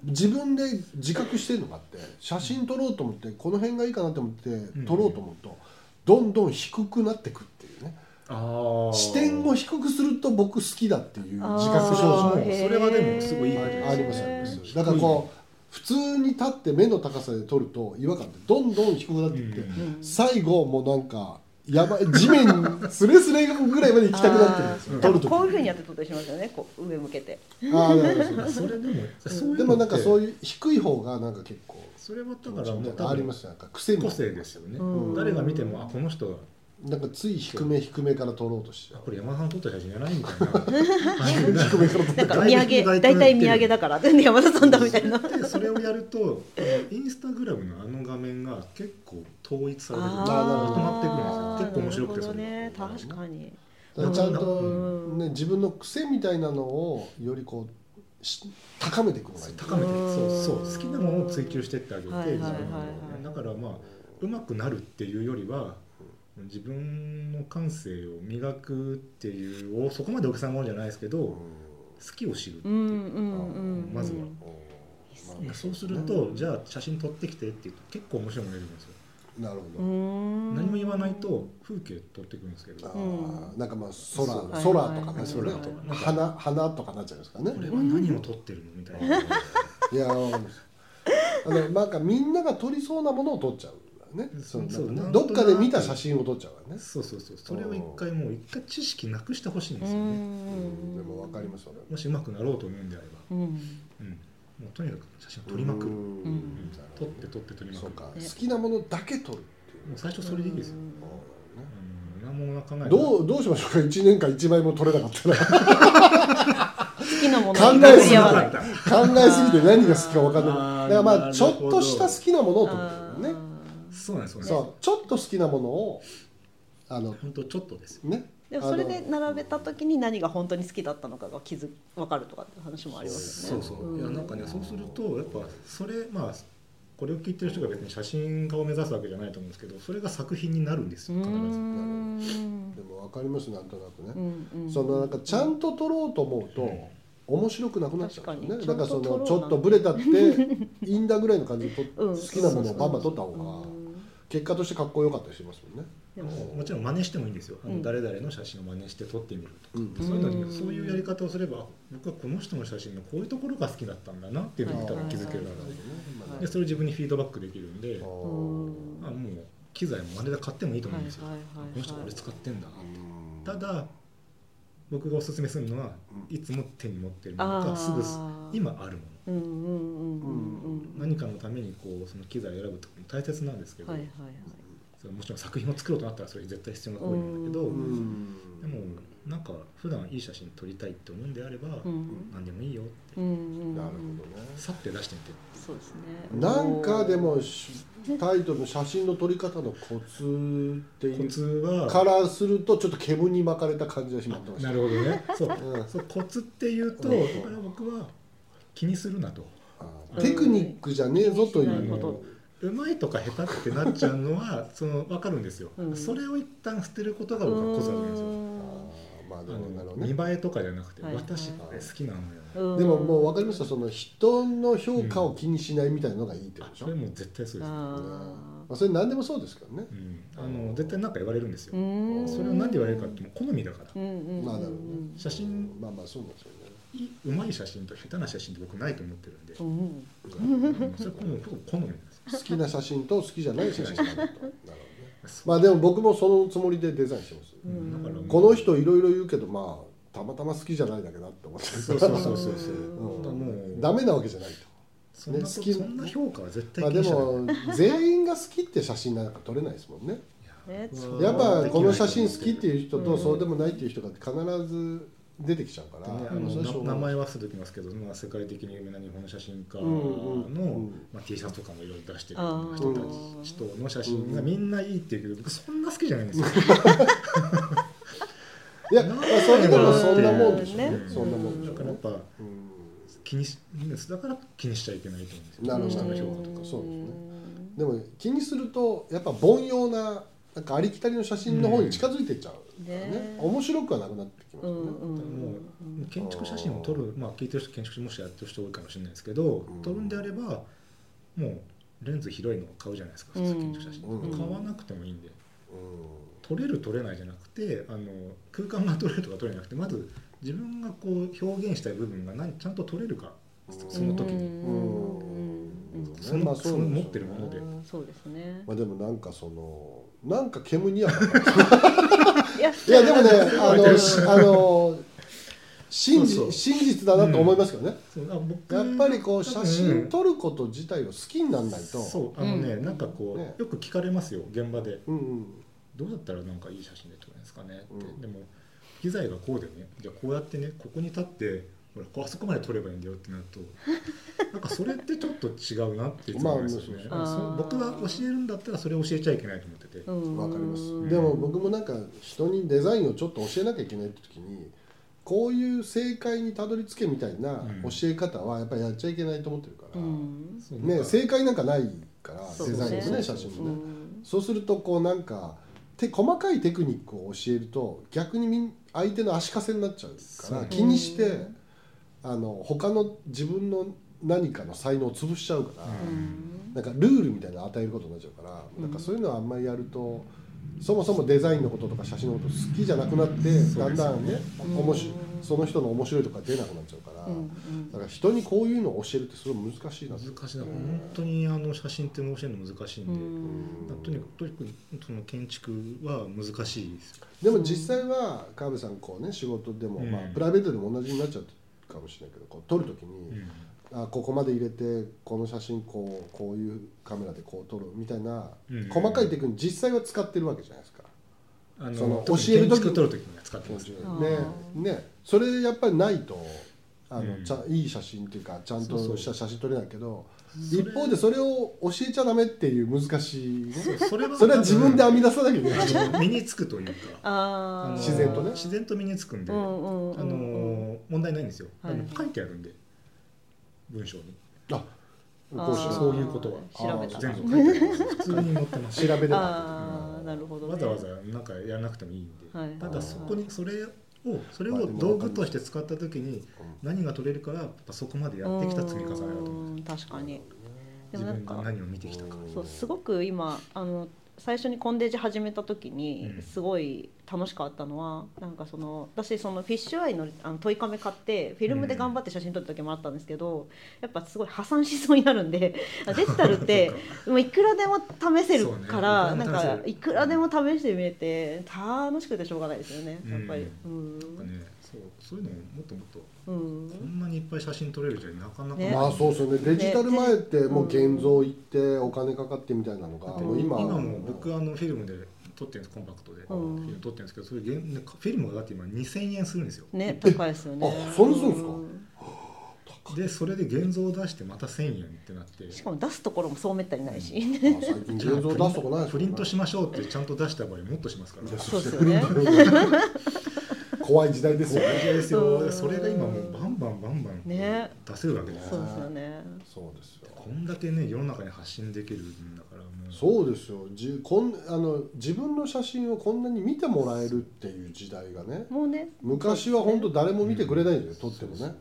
Speaker 2: 自分で自覚してるのがあって写真撮ろうと思ってこの辺がいいかなと思って撮ろうと思うと、どんどん低くなってくっていうね
Speaker 3: ああ
Speaker 2: 視点を低くすると僕好きだっていう自
Speaker 1: あー
Speaker 2: 覚症状
Speaker 3: もそれはでもすごいいいこと
Speaker 1: へ
Speaker 3: で
Speaker 1: ー
Speaker 2: ありますありますだからこう普通に立って目の高さで撮ると違和感ってどんどん低くなってって、
Speaker 1: うん
Speaker 2: 最後もうなんかやばい地面すれすれぐらいまで行きたくなってるんですよ
Speaker 1: あー
Speaker 2: 撮るとき
Speaker 1: こういうふうにやって撮ったりしますよねこう上向けて。
Speaker 2: あーなるほど
Speaker 3: そ
Speaker 1: *laughs*
Speaker 3: れでもそういうのって
Speaker 2: でもなんかそういう低い方がなんか結構
Speaker 3: それはだからもう
Speaker 2: あり
Speaker 3: 多分
Speaker 2: ますよなんか癖みた
Speaker 3: 個
Speaker 2: いな
Speaker 3: 性ですよね、
Speaker 1: うん
Speaker 3: 誰が見てもあこの人は
Speaker 2: なんかつい低め低めから撮ろうとしちゃ
Speaker 3: あ
Speaker 2: う
Speaker 3: これ山田さん撮った写真じゃない
Speaker 2: *laughs*
Speaker 3: みたいな
Speaker 2: 低めから撮
Speaker 1: な
Speaker 2: って
Speaker 1: んか土産大体土産だから *laughs* で山田さんだみたいな。
Speaker 3: *laughs* でそれをやるとインスタグラムのあの画面が結構統一されてくる
Speaker 2: ー
Speaker 3: ま
Speaker 1: あ
Speaker 3: とまってくるんですよ結構面白くて
Speaker 1: なるほど
Speaker 3: それ
Speaker 1: ね、
Speaker 2: が
Speaker 1: 確かに。
Speaker 2: だからちゃんと
Speaker 1: うん
Speaker 2: ね自分の癖みたいなのをよりこうし高めていくのがいい
Speaker 3: 高めて
Speaker 1: うん
Speaker 3: そうそう好きなものを追求してってあげて
Speaker 1: はいはい
Speaker 3: 自
Speaker 1: はいはい
Speaker 3: 分のだからまあうまくなるっていうよりは自分の感性を磨くっていうをそこまで大げさなものじゃないですけど好きを知るって
Speaker 1: う
Speaker 3: い
Speaker 1: ん
Speaker 3: う
Speaker 1: うんうん。
Speaker 3: まずは
Speaker 2: うん
Speaker 3: でそうするとじゃあ写真撮ってきてって言うと結構面白いもの出てくるんですよ
Speaker 2: なるほ
Speaker 1: う
Speaker 2: ど
Speaker 1: ん。
Speaker 3: 何も言わないと風景撮ってくるんですけど
Speaker 2: あ
Speaker 3: こ
Speaker 2: ーなんかまあ
Speaker 3: そう
Speaker 2: 空
Speaker 3: は
Speaker 2: 空
Speaker 3: い
Speaker 2: とか
Speaker 1: はい
Speaker 2: ねそれ
Speaker 3: 空とか
Speaker 2: 花花とかなっちゃうんですかね
Speaker 3: れは何を撮ってるのみたいな。
Speaker 2: いやわかりますあのなんかみんなが撮りそうなものを撮っちゃうらね
Speaker 3: うん
Speaker 2: その
Speaker 3: そう
Speaker 2: なんか
Speaker 3: なんと
Speaker 2: ど
Speaker 3: な
Speaker 2: っか
Speaker 3: く
Speaker 2: で見た写真を撮っちゃうからね、
Speaker 3: そうそうそうそれを一回もう一回知識なくしてほしいん
Speaker 1: う
Speaker 3: ですよね
Speaker 2: うん
Speaker 1: ん
Speaker 2: でも分かりますそれ
Speaker 3: もしうまくなろうと思うんであれば、
Speaker 1: うん
Speaker 3: うん、もうとにかく写真を撮りまくる、うん
Speaker 1: うん
Speaker 3: 撮って撮って撮りまく
Speaker 2: そ
Speaker 3: る
Speaker 2: うか
Speaker 3: も
Speaker 2: 好きなものだけ撮るっていう
Speaker 3: う最初それでいいですよ、
Speaker 2: ね
Speaker 3: うん、何も考えない
Speaker 2: どうどうしましょうか1年間1枚も取れなかったら
Speaker 1: 好きなもの
Speaker 2: 考
Speaker 1: に
Speaker 2: え
Speaker 1: 巡り
Speaker 2: すぎて
Speaker 1: 合わない
Speaker 2: 考えすぎて何が好きか分かんな
Speaker 3: あ
Speaker 2: いだか
Speaker 3: ー
Speaker 2: ら
Speaker 3: な
Speaker 2: まあ
Speaker 3: る
Speaker 2: ちょ
Speaker 3: ほ
Speaker 2: っ
Speaker 3: ど
Speaker 2: とした好きなものを撮ってるよね
Speaker 1: あー
Speaker 3: そうなんですよね
Speaker 2: そうちょっと好きなものをあの
Speaker 3: 本当ちょっとですよ
Speaker 2: ね
Speaker 1: でもそれ
Speaker 2: あ
Speaker 1: で
Speaker 2: の
Speaker 1: 並べた時に何が本当に好きだったのかが気づ分かるとかって話もあります
Speaker 3: そ
Speaker 1: よ
Speaker 3: う
Speaker 1: ね。
Speaker 3: そう、
Speaker 1: うん
Speaker 3: いやなんかねそうするとやっぱそれまあこれを聞いてる人が別に写真家を目指すわけじゃないと思うんですけどそれが作品になるんですよ
Speaker 1: うー
Speaker 3: 必ず。
Speaker 1: ん
Speaker 2: でも分かりますなんとなく
Speaker 1: う
Speaker 2: ね、
Speaker 1: んうん
Speaker 2: そのなんかちゃんと撮ろうと思うと、
Speaker 3: うん
Speaker 2: 面白くなくなっちゃうんですよね
Speaker 1: 確か
Speaker 2: だ
Speaker 1: に
Speaker 2: からそ
Speaker 1: ちゃん
Speaker 2: の
Speaker 1: と
Speaker 2: ち
Speaker 1: 撮ろ
Speaker 2: ょ
Speaker 1: う
Speaker 2: っ
Speaker 1: な
Speaker 2: とブレたっていいんだぐらいの感じで撮っ
Speaker 1: うん
Speaker 2: 好きなものをバンバン撮った方
Speaker 1: う
Speaker 2: が
Speaker 1: ん
Speaker 2: 結果としてかっこよかったりしますもんね
Speaker 1: でも
Speaker 3: もちろん真似してもいいんですよ、あの
Speaker 1: うん
Speaker 3: 誰々の写真を真似して撮ってみるとか、
Speaker 2: うん
Speaker 3: そういうの
Speaker 1: うん
Speaker 3: にそういうやり方をすればあ僕はこの人の写真のこういうところが好きだったんだなっていうのに多分気づけるだろ
Speaker 2: なる
Speaker 3: う
Speaker 2: ほどね
Speaker 3: でそれを自分にフィードバックできるんで
Speaker 2: ま
Speaker 1: う
Speaker 2: あ、ね
Speaker 1: ん
Speaker 3: まあ、もう機材もあれで買ってもいいと思うんですよ、
Speaker 1: はいはいはいはい
Speaker 3: この人これ使ってんだなって
Speaker 2: うん
Speaker 3: ただ僕がおすすめするのは
Speaker 2: う
Speaker 3: いつも手に持ってるもの
Speaker 1: あー
Speaker 3: かすぐ今あるも
Speaker 1: うんうんうんうんうん
Speaker 3: の何かのためにこうその機材を選ぶとかも大切なんですけど、
Speaker 1: はいはいはい
Speaker 3: それもちろん作品を作ろうとなったらそれ絶対必要な行為なんだけど、
Speaker 1: う
Speaker 2: うん
Speaker 3: でもなんか普段いい写真撮りたいって思うんであれば、
Speaker 1: うん
Speaker 3: 何でもいいよって
Speaker 1: うんうん
Speaker 2: なるほ
Speaker 3: さって出してみて
Speaker 1: そうです
Speaker 2: ど
Speaker 1: ね
Speaker 2: ねなんかでもしタイトルの写真の撮り方のコツってい
Speaker 3: コ
Speaker 2: う
Speaker 3: ツは
Speaker 2: からするとちょっと煙に巻かれた感じがしまってました
Speaker 3: なるほどねそう,、
Speaker 2: うん
Speaker 3: そうコツっていうと、
Speaker 2: うん
Speaker 3: だから僕は気にするなと
Speaker 2: あーテクニックじゃねえぞとい
Speaker 1: なる
Speaker 2: う
Speaker 1: ほど
Speaker 3: うまいとか下手ってなっちゃうのはその分かるんですよ、
Speaker 1: うん
Speaker 3: それを一旦捨てることが僕はコツだと思うんですよ
Speaker 2: あーまあでもな
Speaker 3: あ
Speaker 2: る
Speaker 3: の
Speaker 2: ほど
Speaker 3: 見
Speaker 2: ね
Speaker 3: 栄えとかじゃなくて、
Speaker 1: はいはい
Speaker 3: 私これ好きなのよ、
Speaker 1: うん
Speaker 2: でももう分かりましたその人の評価を気にしないみたいなのがいいってことでし
Speaker 3: そ
Speaker 2: ょ、
Speaker 3: れもう絶対そうです、
Speaker 1: あ
Speaker 2: まあ、それ何でもそうですけどね、
Speaker 3: うん、あの絶対なんか言われるんですよ、
Speaker 1: ー
Speaker 3: それを何で言われるかってもう好みだから、
Speaker 1: うんうんうん
Speaker 2: まあなるほどね
Speaker 3: 写真
Speaker 2: まあまあそうなんですよね
Speaker 3: いいうまい写真と下手な写真って僕ないと思ってるんで、
Speaker 1: うんうん
Speaker 3: うんそれはもう僕好みなんです
Speaker 2: 好きな写真と好きじゃない写真があるとなるほどね
Speaker 3: よ、
Speaker 2: まあでも僕もそのつもりでデザインしてます、
Speaker 3: うんだからもう
Speaker 2: この人いろいろ言うけどまあたまたま好きじゃないだけだって思ってる
Speaker 3: そうそうそうそうそう
Speaker 2: うん
Speaker 3: だからもう
Speaker 2: ダメなわけじゃないと、
Speaker 3: そんな
Speaker 2: ね
Speaker 3: こ
Speaker 2: 好き
Speaker 3: そんな評価は絶対
Speaker 2: まあ、
Speaker 3: 気
Speaker 2: で
Speaker 3: にしない、
Speaker 2: も全員が好きって写真なんか撮れないですもんね
Speaker 1: ね
Speaker 3: うん
Speaker 2: やっぱこの写真好きっていう人
Speaker 1: う
Speaker 2: と
Speaker 1: ん
Speaker 2: そうでもないっていう人が必ず出てきちゃうから、
Speaker 3: ねあ
Speaker 2: まあそれはしょ
Speaker 3: の
Speaker 2: うが
Speaker 3: な名
Speaker 2: ない
Speaker 3: 前はすときますけど、まあ、世界的に有名な日本の写真家の、
Speaker 2: うんうんうん
Speaker 3: まあ、T シャツとかもいろいろ出してる
Speaker 1: あー
Speaker 3: 人たち人の写真がみんないいっていうけど僕そんな好きじゃないんですよ、
Speaker 2: いや、まあ、それでもそんなもんでしょうね
Speaker 1: うん
Speaker 2: そんなもんでしょ
Speaker 3: だ
Speaker 2: う
Speaker 3: からやっ
Speaker 2: ね、
Speaker 3: ぱ
Speaker 2: うん
Speaker 3: 気にしだから気にしちゃいけないと思うんですよ
Speaker 2: なるほど
Speaker 3: 人の
Speaker 2: なる
Speaker 3: 評
Speaker 2: ほ
Speaker 3: 価
Speaker 2: ど
Speaker 3: とか
Speaker 2: そうですねでも気にするとやっぱ凡庸ななんかありきたりの写真の方に近づいてっちゃうからね,、
Speaker 1: ね
Speaker 2: 面白くはなくなってきます
Speaker 1: う
Speaker 2: よね、
Speaker 1: んうん
Speaker 3: だからもう建築写真を撮るまあ聞いてる人建築士もしやってる人多いかもしれないですけど
Speaker 2: うん
Speaker 3: 撮るんであればもうレンズ広いのを買うじゃないですか普通建築写真、
Speaker 2: うん
Speaker 3: 買わなくてもいいんで
Speaker 2: う
Speaker 3: 撮れる撮れないじゃなくてあの空間が撮れるとか撮れなくてまず自分がこう表現したい部分が何ちゃんと撮れるか
Speaker 2: うん
Speaker 3: その時に、
Speaker 1: うんうんうん
Speaker 3: その
Speaker 2: まあそうなんでしょうね
Speaker 3: その持ってるもので
Speaker 1: うんそうですね
Speaker 2: まあでもなんかそのなんか煙には
Speaker 1: いや
Speaker 2: いやでもねあ
Speaker 3: いて
Speaker 2: の
Speaker 3: る
Speaker 2: しあの真実
Speaker 3: そうそう
Speaker 2: 真実だなと思いますけどね、
Speaker 3: そうあ僕
Speaker 2: やっぱりこう写真
Speaker 3: る
Speaker 2: 撮ること自体を好きにならないと、
Speaker 3: そうあのね、
Speaker 1: うん
Speaker 3: なんかこう、
Speaker 2: ね
Speaker 3: よく聞かれますよ現場で
Speaker 2: うんうん
Speaker 3: どうだったらなんかいい写真で撮れるんですかねって、
Speaker 2: うん
Speaker 3: でも機材がこうでねじゃあこうやってねここに立ってほらこうあそこまで撮ればいいんだよってなる
Speaker 2: *laughs*
Speaker 3: となんかそれってちょっと違うなっていつも思いますよね、
Speaker 1: まあそうですね
Speaker 3: その僕が教えるんだったらそれを教えちゃいけないと思ってて、
Speaker 1: うん
Speaker 2: わかります、
Speaker 1: うん
Speaker 2: でも僕もなんか人にデザインをちょっと教えなきゃいけないって時にこういう正解にたどり着けみたいな
Speaker 3: うん
Speaker 2: 教え方はやっぱりやっちゃいけないと思ってるから、
Speaker 1: うん
Speaker 3: そうなん
Speaker 2: ね、
Speaker 3: か
Speaker 2: 正解なんかないから
Speaker 1: そう
Speaker 2: デ
Speaker 1: です
Speaker 2: ザ
Speaker 1: ね
Speaker 2: インもね写真もね、
Speaker 1: うん
Speaker 2: そうするとこうなんか手細かいテクニックを教えると逆にみん相手の足かせになっちゃうから
Speaker 3: そう
Speaker 2: 気にして、
Speaker 1: うん
Speaker 2: あの他の自分の何かの才能を潰しちゃうから。
Speaker 3: うん
Speaker 2: なんかルールみたいなの与えることになっちゃうから、
Speaker 1: うん
Speaker 2: なんかそういうのはあんまりやるとそもそもデザインのこととか写真のこと好きじゃなくなって、
Speaker 3: そ
Speaker 2: だ
Speaker 3: うで
Speaker 2: ん
Speaker 3: す
Speaker 2: だ
Speaker 3: よ
Speaker 2: ん
Speaker 3: ね
Speaker 2: ね面白いその人の面白いとか出なくなっちゃうから、
Speaker 1: うん
Speaker 2: だから人にこういうのを教えるってすごい難しいなと
Speaker 3: 難しいな本当にあの写真って申し上げるの難しい
Speaker 1: う
Speaker 3: んで、
Speaker 1: ん
Speaker 3: だからとにかくとにかくその建築は難しいです
Speaker 2: でも実際は川辺さんこうね仕事でも、
Speaker 3: うん
Speaker 2: まあ、プライベートでも同じになっちゃうかもしれないけどこう撮る時に、あここまで入れてこの写真こうこういうカメラでこう撮るみたいな、
Speaker 3: うん
Speaker 2: 細かいテクニック実際は使ってるわけじゃないですか。
Speaker 3: あの
Speaker 2: その
Speaker 3: 特に
Speaker 2: 教える時
Speaker 3: 建築撮る時には使ってます、
Speaker 2: ね
Speaker 1: あー
Speaker 2: ねそれやっぱりないとあの、
Speaker 3: うん
Speaker 2: ちゃいい写真っていうかちゃん
Speaker 3: そうそ
Speaker 2: と
Speaker 3: う
Speaker 2: した写真撮れないけど
Speaker 3: それ
Speaker 2: 一方でそれを教えちゃダメっていう難しい、ね、
Speaker 3: それは
Speaker 2: それは自分で編み出さなきゃいけない。
Speaker 3: *laughs* あの身につくというかあ
Speaker 1: あ
Speaker 3: の
Speaker 1: ー
Speaker 2: 自然とね
Speaker 3: 自然と身につくんで、
Speaker 1: うんうんうんうん
Speaker 3: あの問題ないんですよ、
Speaker 1: はい
Speaker 3: あの書いてあるんで文章に
Speaker 2: あ
Speaker 1: あ
Speaker 2: こうし
Speaker 1: ー
Speaker 2: よう
Speaker 3: そういうことは
Speaker 1: 調べた
Speaker 3: 全
Speaker 1: ら
Speaker 3: 部書いてあるんです普通に載ってま
Speaker 2: *laughs*
Speaker 3: す
Speaker 2: 調べれば
Speaker 1: ああなるほど、ね、
Speaker 3: わざわざなんかやらなくてもいいんで、
Speaker 1: はい
Speaker 3: ただそこにそれをそれ
Speaker 2: まあ
Speaker 3: を
Speaker 2: でも
Speaker 3: 道具として使った時に何が取れるかはやっぱそこまでやってきた積み重ねだと思うんです
Speaker 1: うん確かにで
Speaker 3: 自
Speaker 1: もなん
Speaker 3: 分が
Speaker 1: か
Speaker 3: 何を見てきたか
Speaker 1: そうすごく今あの最初にコンデジ始めた時に
Speaker 3: うん
Speaker 1: すごい楽しかったのは、なんかその私そのフィッシュアイのあのトイカメ買ってフィルムで頑張って写真撮った時もあったんですけど、やっぱすごい破産しそうになるんでデジタルってもういくらでも試せるから、
Speaker 3: そうね
Speaker 1: ないん
Speaker 3: くらでも試せる
Speaker 1: かいくらでも試してみれて楽しくてしょうがないですよねやっぱり。うん
Speaker 3: なんかねそうそういうのももっともっと
Speaker 1: うん
Speaker 3: こんなにいっぱい写真撮れるじゃなかなか、
Speaker 1: ね
Speaker 2: まあそうですよねデジタル前ってもう
Speaker 1: ね
Speaker 2: 現像行ってお金かかってみたいなのがもう今
Speaker 3: 今も僕あのフィルムで撮ってるんですコンパクトで、
Speaker 1: ん
Speaker 3: フィルム撮ってるんですけどそれ現ねフィルムがだって今2000円するんですよ
Speaker 1: ね、高いですよね。
Speaker 2: あそんなするんですか
Speaker 1: うん
Speaker 3: でそれで現像を出してまた1000円ってなって
Speaker 1: しかも出すところもそうめったにないし、
Speaker 2: あ最近現
Speaker 3: じゃあ
Speaker 2: 像出すとこないですもんね
Speaker 3: プリントしましょうってちゃんと出した場合もっとしますから
Speaker 1: そうですよね。
Speaker 2: 怖い時代ですよね
Speaker 3: 大事ですよ
Speaker 1: うん
Speaker 3: それが今もうバンバンバンバン
Speaker 1: ね
Speaker 3: 出せるわけじゃないです
Speaker 1: *laughs* そう
Speaker 3: か、
Speaker 1: ですよね。
Speaker 2: そうですよ
Speaker 3: こんだけね世の中に発信できるんだからもう
Speaker 2: そうですよじこんあの自分の写真をこんなに見てもらえるっていう時代がね
Speaker 1: もうね、
Speaker 2: 昔は本当誰も見てくれないんだよ撮ってもね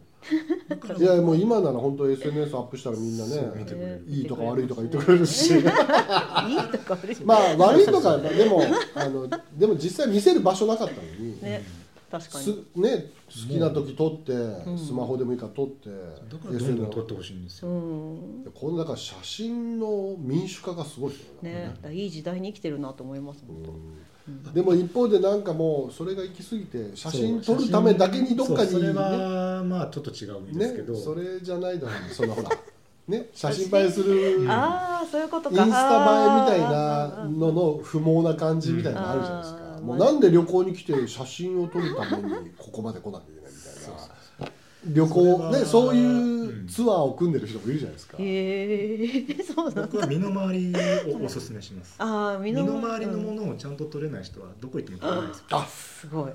Speaker 3: だから
Speaker 2: いやもう今なら本当 SNS アップしたらみんな
Speaker 3: そう見
Speaker 2: ね
Speaker 3: てくれる
Speaker 2: いいとか悪いとか言ってくれるし
Speaker 1: いいとか悪いとか。
Speaker 2: まあ悪いとかでもあのでも実際見せる場所なかったのに、
Speaker 1: ね、確か
Speaker 2: す
Speaker 1: に。
Speaker 2: ね好きな時撮って、スマホでもいいから撮って
Speaker 3: だからどんどん撮ってほしいんです
Speaker 1: う
Speaker 3: よ、
Speaker 1: ん。
Speaker 2: このだから写真の民主化がすごいですよ
Speaker 1: ね、だからいい時代に生きてるなと思います。本当
Speaker 2: でも一方でなんかもうそれが行き過ぎて写真撮るためだけにどっかに
Speaker 3: そうそれ
Speaker 2: ね
Speaker 3: はまあちょっと違うんですけど、
Speaker 2: ねそれじゃないだろうそのほらね
Speaker 1: *laughs*
Speaker 2: 写真映えするインス
Speaker 1: ああ、そういうことか。
Speaker 2: タ映えみたい
Speaker 1: あー
Speaker 2: な。のの不毛な感じみたいなのあるじゃないです
Speaker 1: うんあ
Speaker 2: か、
Speaker 1: ー
Speaker 2: もうなんで旅行に来て写真を撮るためにここまで来なきゃいけないみたいな旅行ねそういうツアーを組んでる人もいるじゃないですか、
Speaker 1: へえ、 *laughs* そうなん
Speaker 3: 僕は
Speaker 1: だ。
Speaker 3: 身の回りをおすすめします
Speaker 1: ああ、身
Speaker 3: 身
Speaker 1: の
Speaker 3: の回りのものをちゃんと撮れない人はどこ行っても撮れないですよ
Speaker 1: あ、すごい。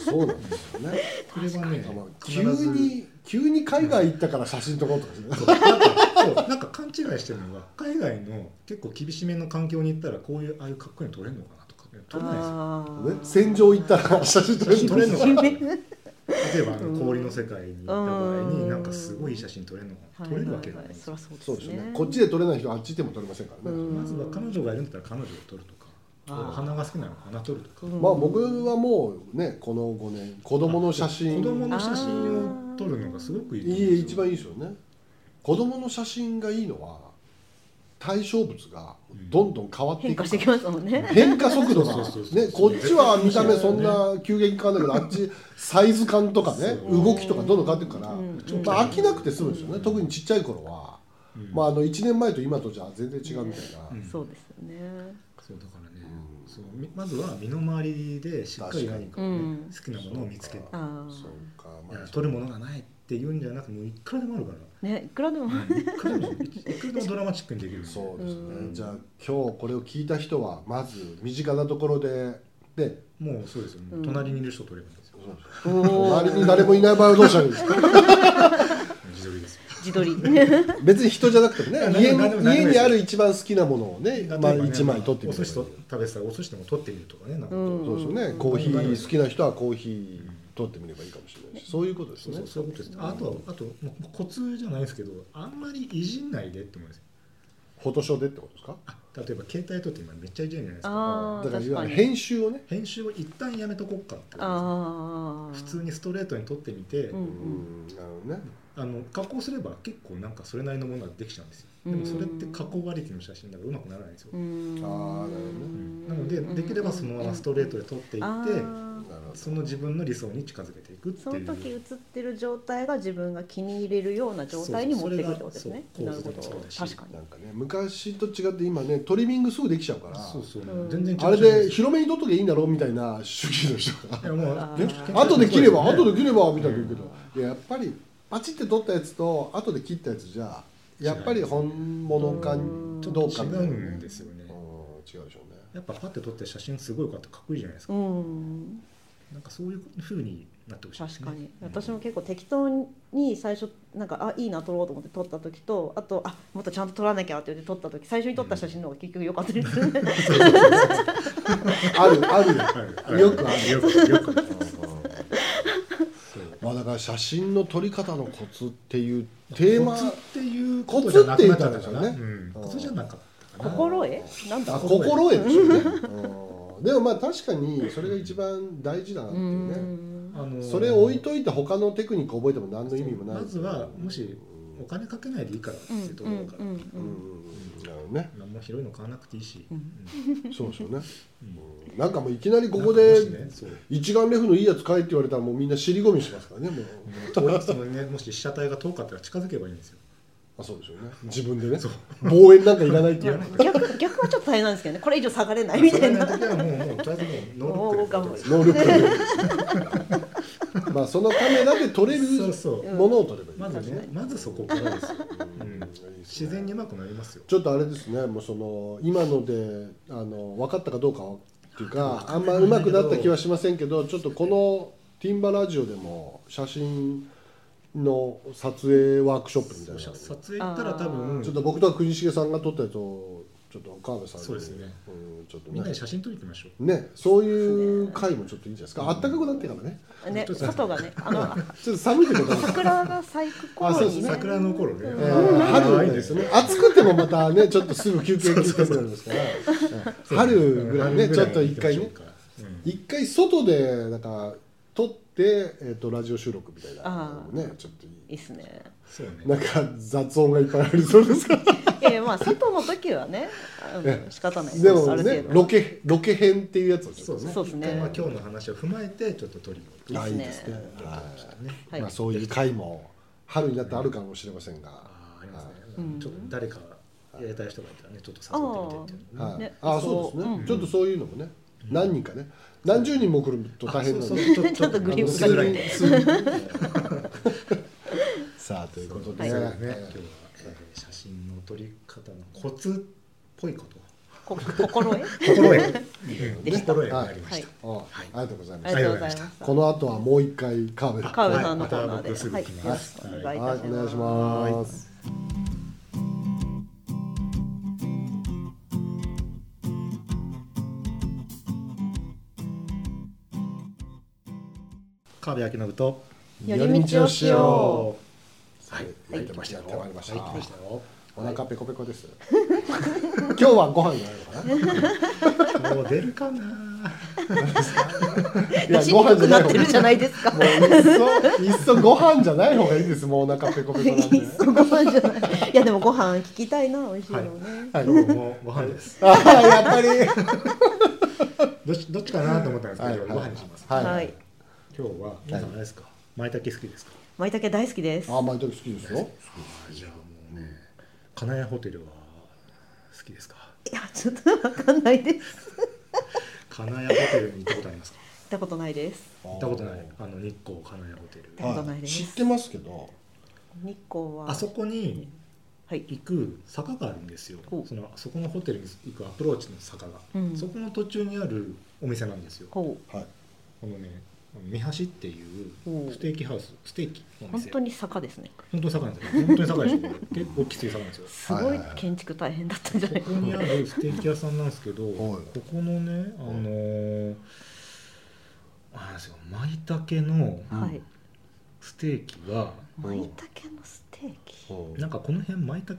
Speaker 2: そうなんですよね
Speaker 3: これはね
Speaker 2: あの *laughs*
Speaker 3: 必
Speaker 2: 急
Speaker 3: ず
Speaker 2: に急に海外行ったから写真撮ろうとかしない
Speaker 3: そうなんかそうなんか勘違いしてるのが海外の結構厳しめの環境に行ったらこういうああいうかっこいいの撮れるのかなとか撮れないですよ
Speaker 1: あ
Speaker 2: ね、戦場行ったら写 *laughs* 真撮れる
Speaker 3: 撮れるのかな *laughs* 例えばあ
Speaker 1: うん
Speaker 3: の氷の世界に行った場合
Speaker 1: う
Speaker 3: に
Speaker 1: ん
Speaker 3: なんかすごいいい写真撮れるのか
Speaker 1: あ。
Speaker 3: な撮れるわけが
Speaker 1: は
Speaker 3: ないい
Speaker 1: は
Speaker 3: で
Speaker 1: い
Speaker 3: す
Speaker 1: そり
Speaker 3: よ
Speaker 1: ゃそうです
Speaker 2: そ
Speaker 1: ね。
Speaker 2: うですよねこっちで撮れない人はあっちでも撮れませんからね、
Speaker 1: うん
Speaker 3: まずは彼女がいるんだったら彼女を撮るとか
Speaker 1: あー
Speaker 3: 花が好きなのか花撮ると
Speaker 1: う
Speaker 3: か
Speaker 1: ん
Speaker 2: まあ僕はもうねこの5年子供の写真
Speaker 3: 子供の写真を撮るのがすごくいい
Speaker 2: いい一番いいですよね子供の写真がいいのは対象物がどんどん変わってい
Speaker 1: 変
Speaker 2: く
Speaker 1: 化してきますもんね。
Speaker 2: 変化速度が
Speaker 3: そ
Speaker 2: ね
Speaker 3: うそうそうそう
Speaker 2: こっちは見た目そんな急激に変わらないけどあっちサイズ感とかね
Speaker 3: そう
Speaker 2: 動きとかどんどん変わっていくから、
Speaker 1: うん
Speaker 2: まあ、飽きなくて済むんですよね特にちっちゃい頃は、
Speaker 3: うん
Speaker 2: まあ、あの1年前と今とじゃ全然違うみたいな、
Speaker 3: うん
Speaker 1: そうですよね。
Speaker 3: そうだからね、
Speaker 2: うん
Speaker 3: そうみまずは身の回りでしっかり何か、ね
Speaker 1: うん
Speaker 3: 好きなものを見つけて、
Speaker 1: あ
Speaker 2: そう
Speaker 1: あ。
Speaker 2: か、
Speaker 3: い
Speaker 2: ま
Speaker 3: や
Speaker 2: あ、
Speaker 3: 撮るものがないっていうんじゃなくてもういくらでもあるから。
Speaker 1: ね、いくらでも。
Speaker 3: いくらでもいくらでもドラマチックにできる
Speaker 2: そうですね、
Speaker 1: うん
Speaker 2: じゃあ今日これを聞いた人はまず身近なところでで
Speaker 3: もうそうですよ、
Speaker 1: うん
Speaker 3: 隣にいる人取ればいいんです
Speaker 2: *laughs*
Speaker 3: よ
Speaker 1: お
Speaker 2: 周りに誰もいない場合はどうしたらいいですか
Speaker 3: 自撮りですよ
Speaker 1: 自
Speaker 2: *laughs*
Speaker 1: 撮り。ね
Speaker 2: 別に人じゃなくてもね
Speaker 3: 何
Speaker 2: 家
Speaker 3: でも何でも
Speaker 2: に
Speaker 3: 何で
Speaker 2: 家
Speaker 3: も
Speaker 2: にある一番好きなものをね
Speaker 3: 例えば
Speaker 2: まあ、
Speaker 3: ね
Speaker 2: 一枚取ってみ
Speaker 3: お
Speaker 2: ればい
Speaker 3: 寿
Speaker 2: い
Speaker 3: 司と食べてたらお寿司でも取ってみるとかねなんか、
Speaker 1: うん
Speaker 2: そうですよねコーヒー好きな人はコーヒー取ってみればいいかもしれないしそういうことです
Speaker 3: そう
Speaker 2: ね
Speaker 3: そうそういうことですあとはあともうコツじゃないですけどあんまりいじんないでって思うんですよ
Speaker 2: フォトショーでってことですか
Speaker 3: あ例えば携帯とって今めっちゃいじるじゃないです
Speaker 1: あ
Speaker 3: か
Speaker 1: ー
Speaker 2: だからい
Speaker 1: 確か
Speaker 2: わゆる
Speaker 1: に
Speaker 2: 編集をね、
Speaker 3: 編集を一旦やめとこっかってこと
Speaker 1: ああ
Speaker 3: です普通にストレートに撮ってみて、
Speaker 1: うん
Speaker 2: うんなるほどね
Speaker 3: あの加工すれば結構なんかそれなりのものができちゃうんですよでもそれって加工割り機の写真だからうまくならないんですよ、
Speaker 1: うん
Speaker 2: あーなるほどね
Speaker 3: なのでできればそのままストレートで撮ってい
Speaker 1: あ
Speaker 3: って、
Speaker 1: ー
Speaker 2: なるほど
Speaker 3: その自分の理想に近づけていくっていう
Speaker 1: その時映ってる状態が自分が気に入れるような状態に持っていくってことですね
Speaker 3: そう
Speaker 1: な
Speaker 3: そ
Speaker 1: る
Speaker 3: う
Speaker 1: ほ
Speaker 3: そう
Speaker 1: ど
Speaker 3: 構図とかもそうだし
Speaker 1: 確かに
Speaker 2: なんかね昔と違って今ねトリミングすぐできちゃうから
Speaker 3: そうそう、
Speaker 1: うん
Speaker 3: 全然
Speaker 2: あれで広めに撮っときゃいいんだろうみたいな主義の人が
Speaker 3: いやもう
Speaker 1: あー
Speaker 3: ね
Speaker 1: あー
Speaker 2: 後で切れば後
Speaker 3: で
Speaker 2: で切ればみたいな言うけど、いややっぱりパチって取ったやつと後で切ったやつじゃやっぱり本物か
Speaker 1: うん
Speaker 2: どうかみたいなね
Speaker 3: 違うんですよね
Speaker 2: うん違うでしょうね
Speaker 3: やっぱパッて撮って写真すごいよかったかっこいいじゃないですか、
Speaker 1: うん
Speaker 3: なんかそういう風になってほしいです
Speaker 1: 確
Speaker 3: ね
Speaker 1: かに
Speaker 3: うん
Speaker 1: 私も結構適当に最初なんかあいいな撮ろうと思って撮った時とあとあもっとちゃんと撮らなきゃって言って撮った時最初に撮った写真の方が結局良かったです
Speaker 3: *laughs*
Speaker 1: よね
Speaker 2: あるある
Speaker 3: はい
Speaker 2: よくある
Speaker 3: よくよくある
Speaker 2: まあだから写真の撮り方のコツっていうテーマ
Speaker 3: コツっていうことじゃなくなっちゃったか
Speaker 2: コツって
Speaker 3: な
Speaker 2: 言ったんでしょうね
Speaker 3: うんコツじゃなかったかな
Speaker 1: 心得なんだ
Speaker 2: あ
Speaker 1: ろう
Speaker 2: 心得でしょうねうんでもまあ確かにそれが一番大事だなって
Speaker 1: う
Speaker 2: いうね
Speaker 1: ん
Speaker 3: あの
Speaker 2: それを置いといて他のテクニック覚えても何の意味もない
Speaker 3: まずはもしお金かけないでいいからって
Speaker 1: うん
Speaker 3: いうところから、
Speaker 1: うんうんう
Speaker 2: う
Speaker 1: んん
Speaker 2: うんうんなるほどね
Speaker 3: 何も広いの買わなくていいし、
Speaker 1: うん
Speaker 2: そうですよね
Speaker 3: うん
Speaker 2: うんなんかもういきなりここ
Speaker 3: なん
Speaker 2: で
Speaker 3: かもしねそう
Speaker 2: 一眼レフのいいやつ買えって言われたらもうみんな尻込みしますからねもう
Speaker 3: 遠いそのねもし被写体が遠かったら近づけばいいんですよ
Speaker 2: あそうでしょうね自分でね望遠なんかいらないって
Speaker 3: *laughs*
Speaker 2: いう
Speaker 1: 逆逆はちょっと大変なんですけどねこれ以上下がれないみたいな
Speaker 3: それがない時はもうもうとりあえずもうノールックで
Speaker 1: もう我慢
Speaker 2: 能力 *laughs* まあそのカメラで撮れる
Speaker 3: そうそう
Speaker 2: ものを撮ればいい、
Speaker 3: まずねまずそこからですよ、うん自然にうまくなりますよ
Speaker 2: ちょっとあれですねもうその今のであの分かったかどうかっていうかあんまうまくなった気はしませんけどちょっとこのティンバラジオでも写真の撮影ワークショップみたいなのを
Speaker 3: 撮影行ったら多分
Speaker 2: ちょっと僕と国重さんが撮ったやつをちょっと川辺さんに
Speaker 3: そうですね
Speaker 2: うん、ちょっと
Speaker 3: みんな
Speaker 2: ね
Speaker 3: で写真撮りに行きましょう
Speaker 2: ねそういう回もちょっといいんじゃないですか、あったかくなってからね
Speaker 1: ね外がねあの
Speaker 2: ちょっと寒いけど、
Speaker 1: 桜が咲く頃にね
Speaker 3: 桜の頃ね、
Speaker 2: えー、
Speaker 3: 可愛
Speaker 2: 春
Speaker 3: い
Speaker 2: ですね暑くてもまたねちょっとすぐ休憩休憩になりますからうん春ぐらいねちょっと一回ね
Speaker 3: うん
Speaker 2: 一回外でなんか撮って、えっとラジオ収録みたいなのもねちょっとい
Speaker 1: いい
Speaker 2: い
Speaker 1: っすね
Speaker 3: そうね
Speaker 2: なんか雑音がいっぱいあり *laughs* そうですから
Speaker 1: ええまあ外の時はねあの仕方ない
Speaker 2: でも
Speaker 1: ある
Speaker 2: ね
Speaker 1: 程
Speaker 2: ロ
Speaker 1: 度
Speaker 2: ケロケ編っていうやつをち
Speaker 3: そ
Speaker 2: ょ
Speaker 3: う
Speaker 2: っと
Speaker 3: ね
Speaker 2: ね
Speaker 1: そうですね
Speaker 3: 一回まあ今日の話を踏まえてちょっと撮りに行く
Speaker 1: ね
Speaker 2: あいいですねは
Speaker 3: ね
Speaker 1: はい
Speaker 2: いまあ、そういう回も春になってあるかもしれませんが、
Speaker 3: あーありますね、
Speaker 1: うん
Speaker 3: ちょっと誰かやりたい人がいたらねちょっと誘ってみてっていうの
Speaker 2: は
Speaker 3: もね
Speaker 2: い
Speaker 1: ねそ
Speaker 2: あそううですね、
Speaker 1: うん
Speaker 2: ちょっとそういうのもね、何人かね何十人も来ると大変なの
Speaker 3: あ
Speaker 2: で
Speaker 3: そう
Speaker 2: *laughs*
Speaker 3: そう
Speaker 1: ちょっとグリップ
Speaker 2: 数
Speaker 1: が
Speaker 3: 辛い
Speaker 2: 人数人さあということでね、
Speaker 3: そう
Speaker 2: は
Speaker 3: ですね、今日は、えー写真の撮り方のコツっぽいこと
Speaker 1: こ心得
Speaker 3: 心得
Speaker 1: でした
Speaker 3: 心得がありま
Speaker 1: は
Speaker 3: し
Speaker 1: い
Speaker 3: た、
Speaker 2: あありがとうございま
Speaker 1: あ
Speaker 2: す、
Speaker 1: りがとうございます
Speaker 2: この後はもう一回カーベル
Speaker 1: 川辺さんのコーナー
Speaker 3: はいまた僕す
Speaker 1: で、
Speaker 3: ぐ
Speaker 1: はい、
Speaker 3: 来
Speaker 1: よ
Speaker 3: ま
Speaker 1: ろ
Speaker 3: す
Speaker 1: しくお願いいたし
Speaker 2: はい
Speaker 1: ます。
Speaker 2: お願いします、
Speaker 3: 川辺明信と
Speaker 1: 寄り道をしよ
Speaker 3: はい、
Speaker 2: はい
Speaker 3: やってましたよ
Speaker 2: やってまいりました
Speaker 3: はいやってましたよ
Speaker 2: お腹ペコペコです *laughs* 今日はご飯じゃないのか
Speaker 1: *laughs*
Speaker 2: な
Speaker 3: もう出るかな
Speaker 2: い
Speaker 1: 出しにくくなってるじゃないですか。
Speaker 2: もういっそいっそご飯じゃない方がいいですもうお腹ペコペコなんで
Speaker 1: *laughs* いっそご飯じゃない。いやでもご飯聞きたいな、美味しいのね。
Speaker 3: 今日もご飯です
Speaker 2: ああやっぱり
Speaker 3: どっちどっちかなと思ったんですけど、ご飯にします、
Speaker 1: はい、
Speaker 3: 今日は皆さんあれですか、舞茸好きですか
Speaker 1: 舞茸大好きです。
Speaker 2: あ、毎時好きですよ。
Speaker 3: じゃあもうね金谷ホテルは好きですか
Speaker 1: いやちょっとわかんないです。
Speaker 3: 金谷ホテルに行ったことありますか
Speaker 1: 行ったことないです。
Speaker 2: 行
Speaker 3: *laughs* 行ったことないあの日光金谷ホテル
Speaker 1: 行ったことないです
Speaker 2: 知ってますけど。
Speaker 1: 日光は。
Speaker 3: あそこに
Speaker 1: はい。
Speaker 3: 行く坂があるんですよ
Speaker 1: ほう
Speaker 3: そのそこのホテルに行くアプローチの坂が、
Speaker 1: うん
Speaker 3: そこの途中にあるお店なんですよこ
Speaker 1: ほう。
Speaker 2: はい。
Speaker 3: のね三橋っていう
Speaker 1: ほう
Speaker 3: ステーキハウスステーキのお
Speaker 1: 本
Speaker 3: 店
Speaker 1: 当に坂ですね。
Speaker 3: 本当に坂なんですよ本当に坂でしょこれ結構きつい坂なんですよ
Speaker 1: すごい建築大変だったんじゃない
Speaker 3: ここにあるステーキ屋さんなんですけど、
Speaker 2: はい
Speaker 3: ここのね、あのー、あれですよ、舞茸の
Speaker 1: はい。
Speaker 3: ステーキが、
Speaker 1: 舞茸のステテーキ
Speaker 2: うん
Speaker 3: なんかこの辺舞茸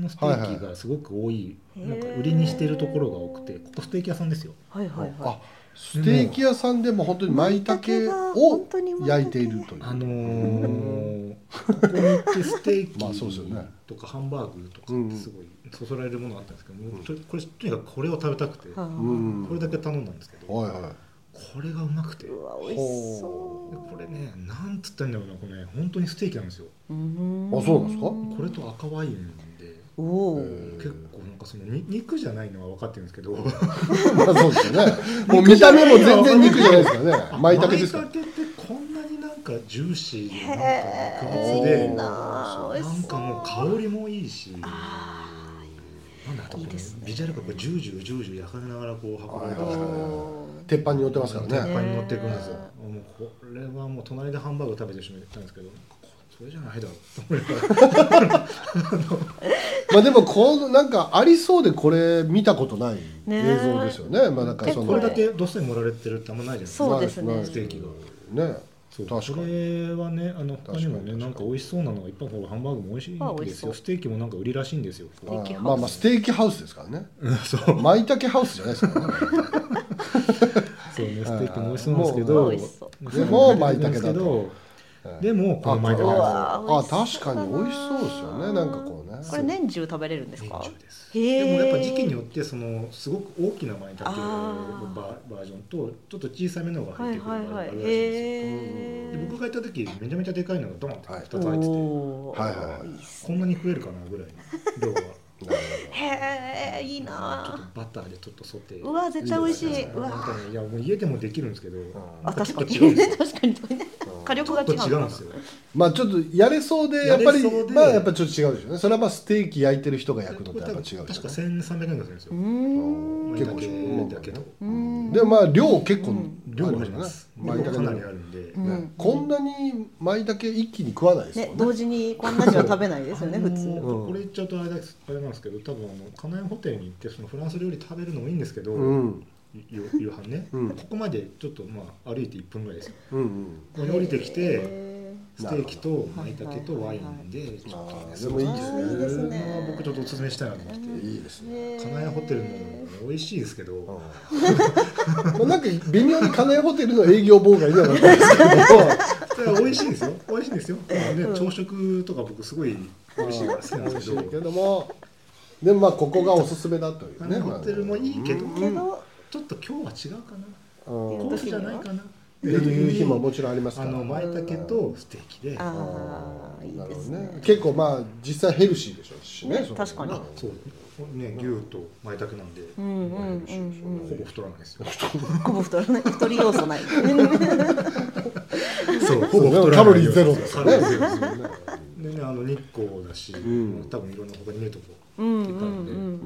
Speaker 3: のステーキがすごく多い、
Speaker 1: はいはい
Speaker 3: なんか売りにしてるところが多くてここステーキ屋さんですよ
Speaker 1: はいはいはい
Speaker 2: あステーキ屋さんでも本当に舞茸を焼いているという
Speaker 3: あのー、ここに行ってステ
Speaker 2: まあそうですよね
Speaker 3: ーキとかハンバーグとか
Speaker 2: うん
Speaker 3: ってすごいそそられるものがあったんですけど、もうとこれとにかくこれを食べたくて、
Speaker 1: はあ
Speaker 2: うん
Speaker 3: これだけ頼んだんですけど、
Speaker 2: はいは
Speaker 3: これがうまくてで
Speaker 1: う
Speaker 3: こ
Speaker 1: わ美味しそ
Speaker 3: れねなんつったらいいんだろうなこれね本当にステーキなんですよ
Speaker 1: ううん
Speaker 2: あそうなんですか
Speaker 3: これと赤ワインなんで
Speaker 1: おお
Speaker 2: へ
Speaker 1: ー
Speaker 2: ー
Speaker 3: 結構なんかそのに肉じゃないのは分かってるんですけど
Speaker 2: いまあそうですよね *laughs* もう見た目も全然肉じゃないですからね舞茸ですから
Speaker 3: 舞茸ってこんなになんかジューシーでなん
Speaker 1: へ
Speaker 3: か
Speaker 1: え
Speaker 3: 肉
Speaker 1: い
Speaker 3: 厚
Speaker 2: へ
Speaker 3: で
Speaker 1: いな美味
Speaker 3: なん
Speaker 1: し
Speaker 3: か
Speaker 1: そう
Speaker 3: もう香りもいいし
Speaker 1: あ
Speaker 3: なんだあとこ
Speaker 1: いいですね
Speaker 3: のビジュアルがこうジュージュージュージュー焼かれながらこう運ばれてき
Speaker 2: はい
Speaker 3: て
Speaker 2: はい
Speaker 1: ー
Speaker 2: 鉄板に乗ってますから
Speaker 3: 鉄
Speaker 2: ね
Speaker 3: 板に乗っていくんですよ
Speaker 1: ね
Speaker 3: もうこれはもう隣でハンバーグ食べてしまったんですけどなんかこそれじゃないだろうと思いながら
Speaker 2: まあでもこのなんかありそうでこれ見たことない
Speaker 1: ね
Speaker 2: 映像ですよねまあなんか
Speaker 1: え
Speaker 2: その
Speaker 3: これだけどっさり盛られてるってあんまないじゃないですか
Speaker 1: そうですね
Speaker 2: まあ
Speaker 3: ステーキが
Speaker 2: ね
Speaker 3: そう
Speaker 2: 確か
Speaker 3: こ
Speaker 2: に
Speaker 3: れはねあの
Speaker 2: か
Speaker 3: 他
Speaker 2: に
Speaker 3: にもね
Speaker 2: 確かに
Speaker 3: なんか美味しそうなのがいっぱいほらハンバーグも美味しい
Speaker 1: あ
Speaker 3: ん
Speaker 1: 美味
Speaker 3: で
Speaker 1: し
Speaker 3: す
Speaker 1: そ
Speaker 3: よ
Speaker 1: う
Speaker 3: ステーキもなんか売りらしいんですよ
Speaker 2: あ
Speaker 1: テーキハウス
Speaker 2: ーまあまあステーキハウスですからね
Speaker 3: うんそう
Speaker 2: 舞茸ハウスじゃないですからね
Speaker 3: そうね、ステーキも美味しそうなんですけど、
Speaker 1: もう美味しそ
Speaker 2: でも舞茸だと
Speaker 3: なんですけど、
Speaker 2: はい
Speaker 3: でもこの舞
Speaker 1: う
Speaker 3: 茸
Speaker 1: わ
Speaker 3: が
Speaker 2: あ確かに美味しそうですよねなんかこうね
Speaker 1: これ年中食べれるんです
Speaker 3: 年
Speaker 1: か
Speaker 3: 中です。
Speaker 1: へー
Speaker 3: でもやっぱ時期によってそのすごく大きな舞茸のバ
Speaker 1: あ
Speaker 3: バージョンとちょっと小さめのが
Speaker 1: は
Speaker 3: 入
Speaker 1: い
Speaker 3: ってくるバ
Speaker 1: は
Speaker 3: ー
Speaker 1: い
Speaker 3: ジョンが
Speaker 1: は
Speaker 3: あ
Speaker 1: い
Speaker 3: るらしいんですよ。
Speaker 1: へ
Speaker 3: で
Speaker 1: え
Speaker 3: 僕が行った時めちゃめちゃでかいのがドーンって2つ入ってて、
Speaker 1: おー
Speaker 2: はいはいはい
Speaker 1: いっす
Speaker 3: こんなに食えるかなぐらいの量が。
Speaker 1: へえ *laughs* いい
Speaker 3: ちょっ
Speaker 1: な
Speaker 3: とバターでちょっとソテー。
Speaker 1: うわ絶対美味しいう
Speaker 3: バ
Speaker 1: わ
Speaker 3: ターねいやもう家でもできるんですけど、
Speaker 1: あ確かに
Speaker 3: ちょっと違うんですよ。
Speaker 1: *laughs* 確かに火力が違
Speaker 3: ちょっと違
Speaker 1: う
Speaker 3: う
Speaker 1: の
Speaker 3: んで
Speaker 1: か
Speaker 3: すよ。
Speaker 2: まあちょっとやれそうでやっぱり
Speaker 3: やれそうで
Speaker 2: まあやっぱちょっと違うでしょうねそれはまあステーキ焼いてる人が焼くのとやっぱ違うでしょうね
Speaker 3: 確か1300円ぐらいするんですよ
Speaker 1: うー。ん
Speaker 2: 結構しょ
Speaker 3: 舞茸だけど
Speaker 1: うーん
Speaker 2: でもまあ量結構
Speaker 3: 量はあります。
Speaker 2: あ
Speaker 3: 量
Speaker 2: り
Speaker 3: が
Speaker 2: ま
Speaker 3: か
Speaker 2: すよ
Speaker 3: なり
Speaker 2: ね
Speaker 3: あるんで。
Speaker 1: うん
Speaker 2: ねこんなに舞茸一気に食わないです
Speaker 1: ね
Speaker 2: もん
Speaker 1: 同
Speaker 2: ね
Speaker 1: 時にこんなには食べないですよね
Speaker 3: あの
Speaker 1: 普
Speaker 3: ー
Speaker 1: 通
Speaker 2: うん
Speaker 3: これ言っちゃうとあれだあれなんですけど多分あのカナヤホテルに行ってそのフランス料理食べるのもいいんですけど、
Speaker 2: うん
Speaker 3: い夕飯ね、
Speaker 2: うん
Speaker 3: ここまでちょっとまあ歩いて1分ぐらいですよ
Speaker 2: うんうん
Speaker 3: ここに降りてきて
Speaker 1: へ
Speaker 2: ー
Speaker 3: ステーキと舞茸とワインでちょっと
Speaker 2: あー
Speaker 3: ね
Speaker 2: でもいいですね
Speaker 3: そう
Speaker 2: いいです
Speaker 1: ね
Speaker 3: まあ僕ちょっとおすすめしたいなと思ってて
Speaker 2: いいですね
Speaker 1: ー
Speaker 3: カナヤホテルも
Speaker 1: へ
Speaker 3: 美味しいですけ
Speaker 2: うん *laughs*
Speaker 3: ど
Speaker 2: まあなんか微妙に金谷ホテルの営業妨害ではなかった
Speaker 3: それは美味しいですよ美味しいんですよ、まあね、朝食とか僕すごい
Speaker 1: *laughs*
Speaker 3: 美味しいのが好きなんで
Speaker 2: ですす
Speaker 3: け
Speaker 2: けど美味しい
Speaker 3: ど
Speaker 2: けどもでもまあここがおすすめだという
Speaker 3: カナ
Speaker 2: ね
Speaker 3: ヤホテルもいいけど、
Speaker 1: ーけど
Speaker 3: ちょっと今日は違うかな
Speaker 2: うん
Speaker 3: コースじゃないかな
Speaker 2: っていう日ももちろんありますか
Speaker 3: あ
Speaker 2: ら
Speaker 3: の舞茸とステーキで、あ
Speaker 1: ああいいです
Speaker 2: なるほど
Speaker 1: ね
Speaker 2: 結構まあ実際ヘルシーでしょうしね
Speaker 1: ね
Speaker 2: その
Speaker 1: 確かに
Speaker 2: まあ
Speaker 3: そうね牛と舞茸なんで、
Speaker 1: うんうんうんうん
Speaker 3: ほぼ太らないですよ。
Speaker 1: ほぼ太らない太り要素
Speaker 3: *laughs*
Speaker 1: ない
Speaker 3: そう、
Speaker 2: ほぼ太らない
Speaker 3: カロ
Speaker 2: カロ
Speaker 3: リ
Speaker 2: リーゼ
Speaker 3: ーゼ
Speaker 2: ロ
Speaker 3: ロ
Speaker 2: で
Speaker 3: ですす
Speaker 2: よ
Speaker 3: よ
Speaker 2: ね
Speaker 3: ね。でね、あの日光だし、
Speaker 2: ん
Speaker 3: 多分いろんな他に見るとこ
Speaker 1: うんう
Speaker 3: 行っ
Speaker 1: ん
Speaker 3: た
Speaker 1: うん
Speaker 3: で、
Speaker 1: んうん
Speaker 2: うん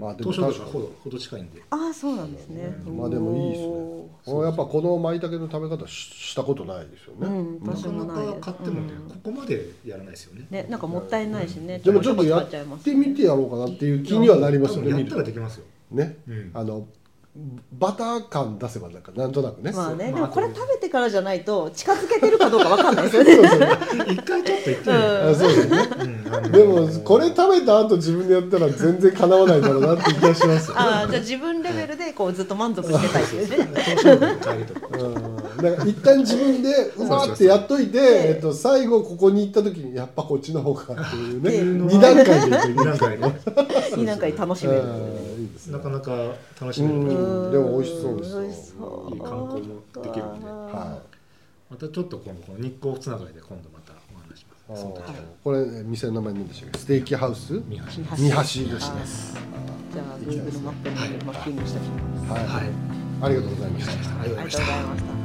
Speaker 2: まあでも
Speaker 3: 東証
Speaker 2: 確
Speaker 3: とか
Speaker 2: か
Speaker 3: ほどほど近いんで、
Speaker 1: ああそうなんですね
Speaker 2: にまあでもいいですね
Speaker 1: おー
Speaker 2: 俺やっぱこの舞茸の食べ方ししたことないですよね、
Speaker 1: うん
Speaker 3: な
Speaker 1: 確
Speaker 3: か
Speaker 1: かに
Speaker 3: な
Speaker 1: ない
Speaker 3: か
Speaker 1: です
Speaker 3: 買ってもね、
Speaker 1: うん
Speaker 3: ここまでやらないですよね。
Speaker 1: ねなんかもったいないしね
Speaker 2: でもちょっとや
Speaker 1: 使ちゃいま
Speaker 2: っ
Speaker 1: す
Speaker 2: て
Speaker 1: ね
Speaker 2: みてやろうかなっていう気にはなりますよね
Speaker 3: 多分
Speaker 2: 見
Speaker 3: やったら
Speaker 2: る
Speaker 3: できますよ。
Speaker 2: ね、
Speaker 3: うん
Speaker 2: あのバター感出せばなんかなんとなくね,、
Speaker 1: まあね
Speaker 3: ま
Speaker 1: で
Speaker 3: あ
Speaker 1: もこれ食べてからじゃないと近づけてるかどうかわかんないですよね
Speaker 3: 一回ちょっと行ってみ
Speaker 1: うん
Speaker 2: あそうですね
Speaker 3: る。うん
Speaker 2: *laughs* でもこれ食べた後自分でやったら全然かなわないだろうなって気がしますよ、
Speaker 1: ああじゃあ自分レベルでこうずっと満足してたいっていうね
Speaker 3: 東証部の帰りとか。
Speaker 2: うん、だから一旦自分でうわーってやっといて、えっと、最後ここに行った時にやっぱこっちの方かっていう
Speaker 1: っていう
Speaker 2: ね
Speaker 1: の
Speaker 2: 二段階で
Speaker 3: 二段階で
Speaker 1: いいなんか楽しめる
Speaker 2: うんいいですね
Speaker 3: なかなか楽し
Speaker 2: う
Speaker 3: める場所なん
Speaker 2: ん
Speaker 3: で。
Speaker 2: でも美味しそうですよ
Speaker 1: 美味しそう
Speaker 3: いい観光もできるんで
Speaker 2: は
Speaker 3: またちょっと今度この日光つながりで今度またお話し
Speaker 2: い、
Speaker 3: ます。その時は
Speaker 2: これ店の名前何でしたっけステーキハウス
Speaker 3: 見始め
Speaker 2: 三橋ですね
Speaker 1: じゃあ Google マップにマッピングしておきます
Speaker 2: はい、
Speaker 3: はい。
Speaker 2: ありがとうございました
Speaker 3: ありがとうござい
Speaker 1: あ
Speaker 3: ま
Speaker 1: り
Speaker 3: し
Speaker 1: がとう
Speaker 3: た
Speaker 1: ご。ざいました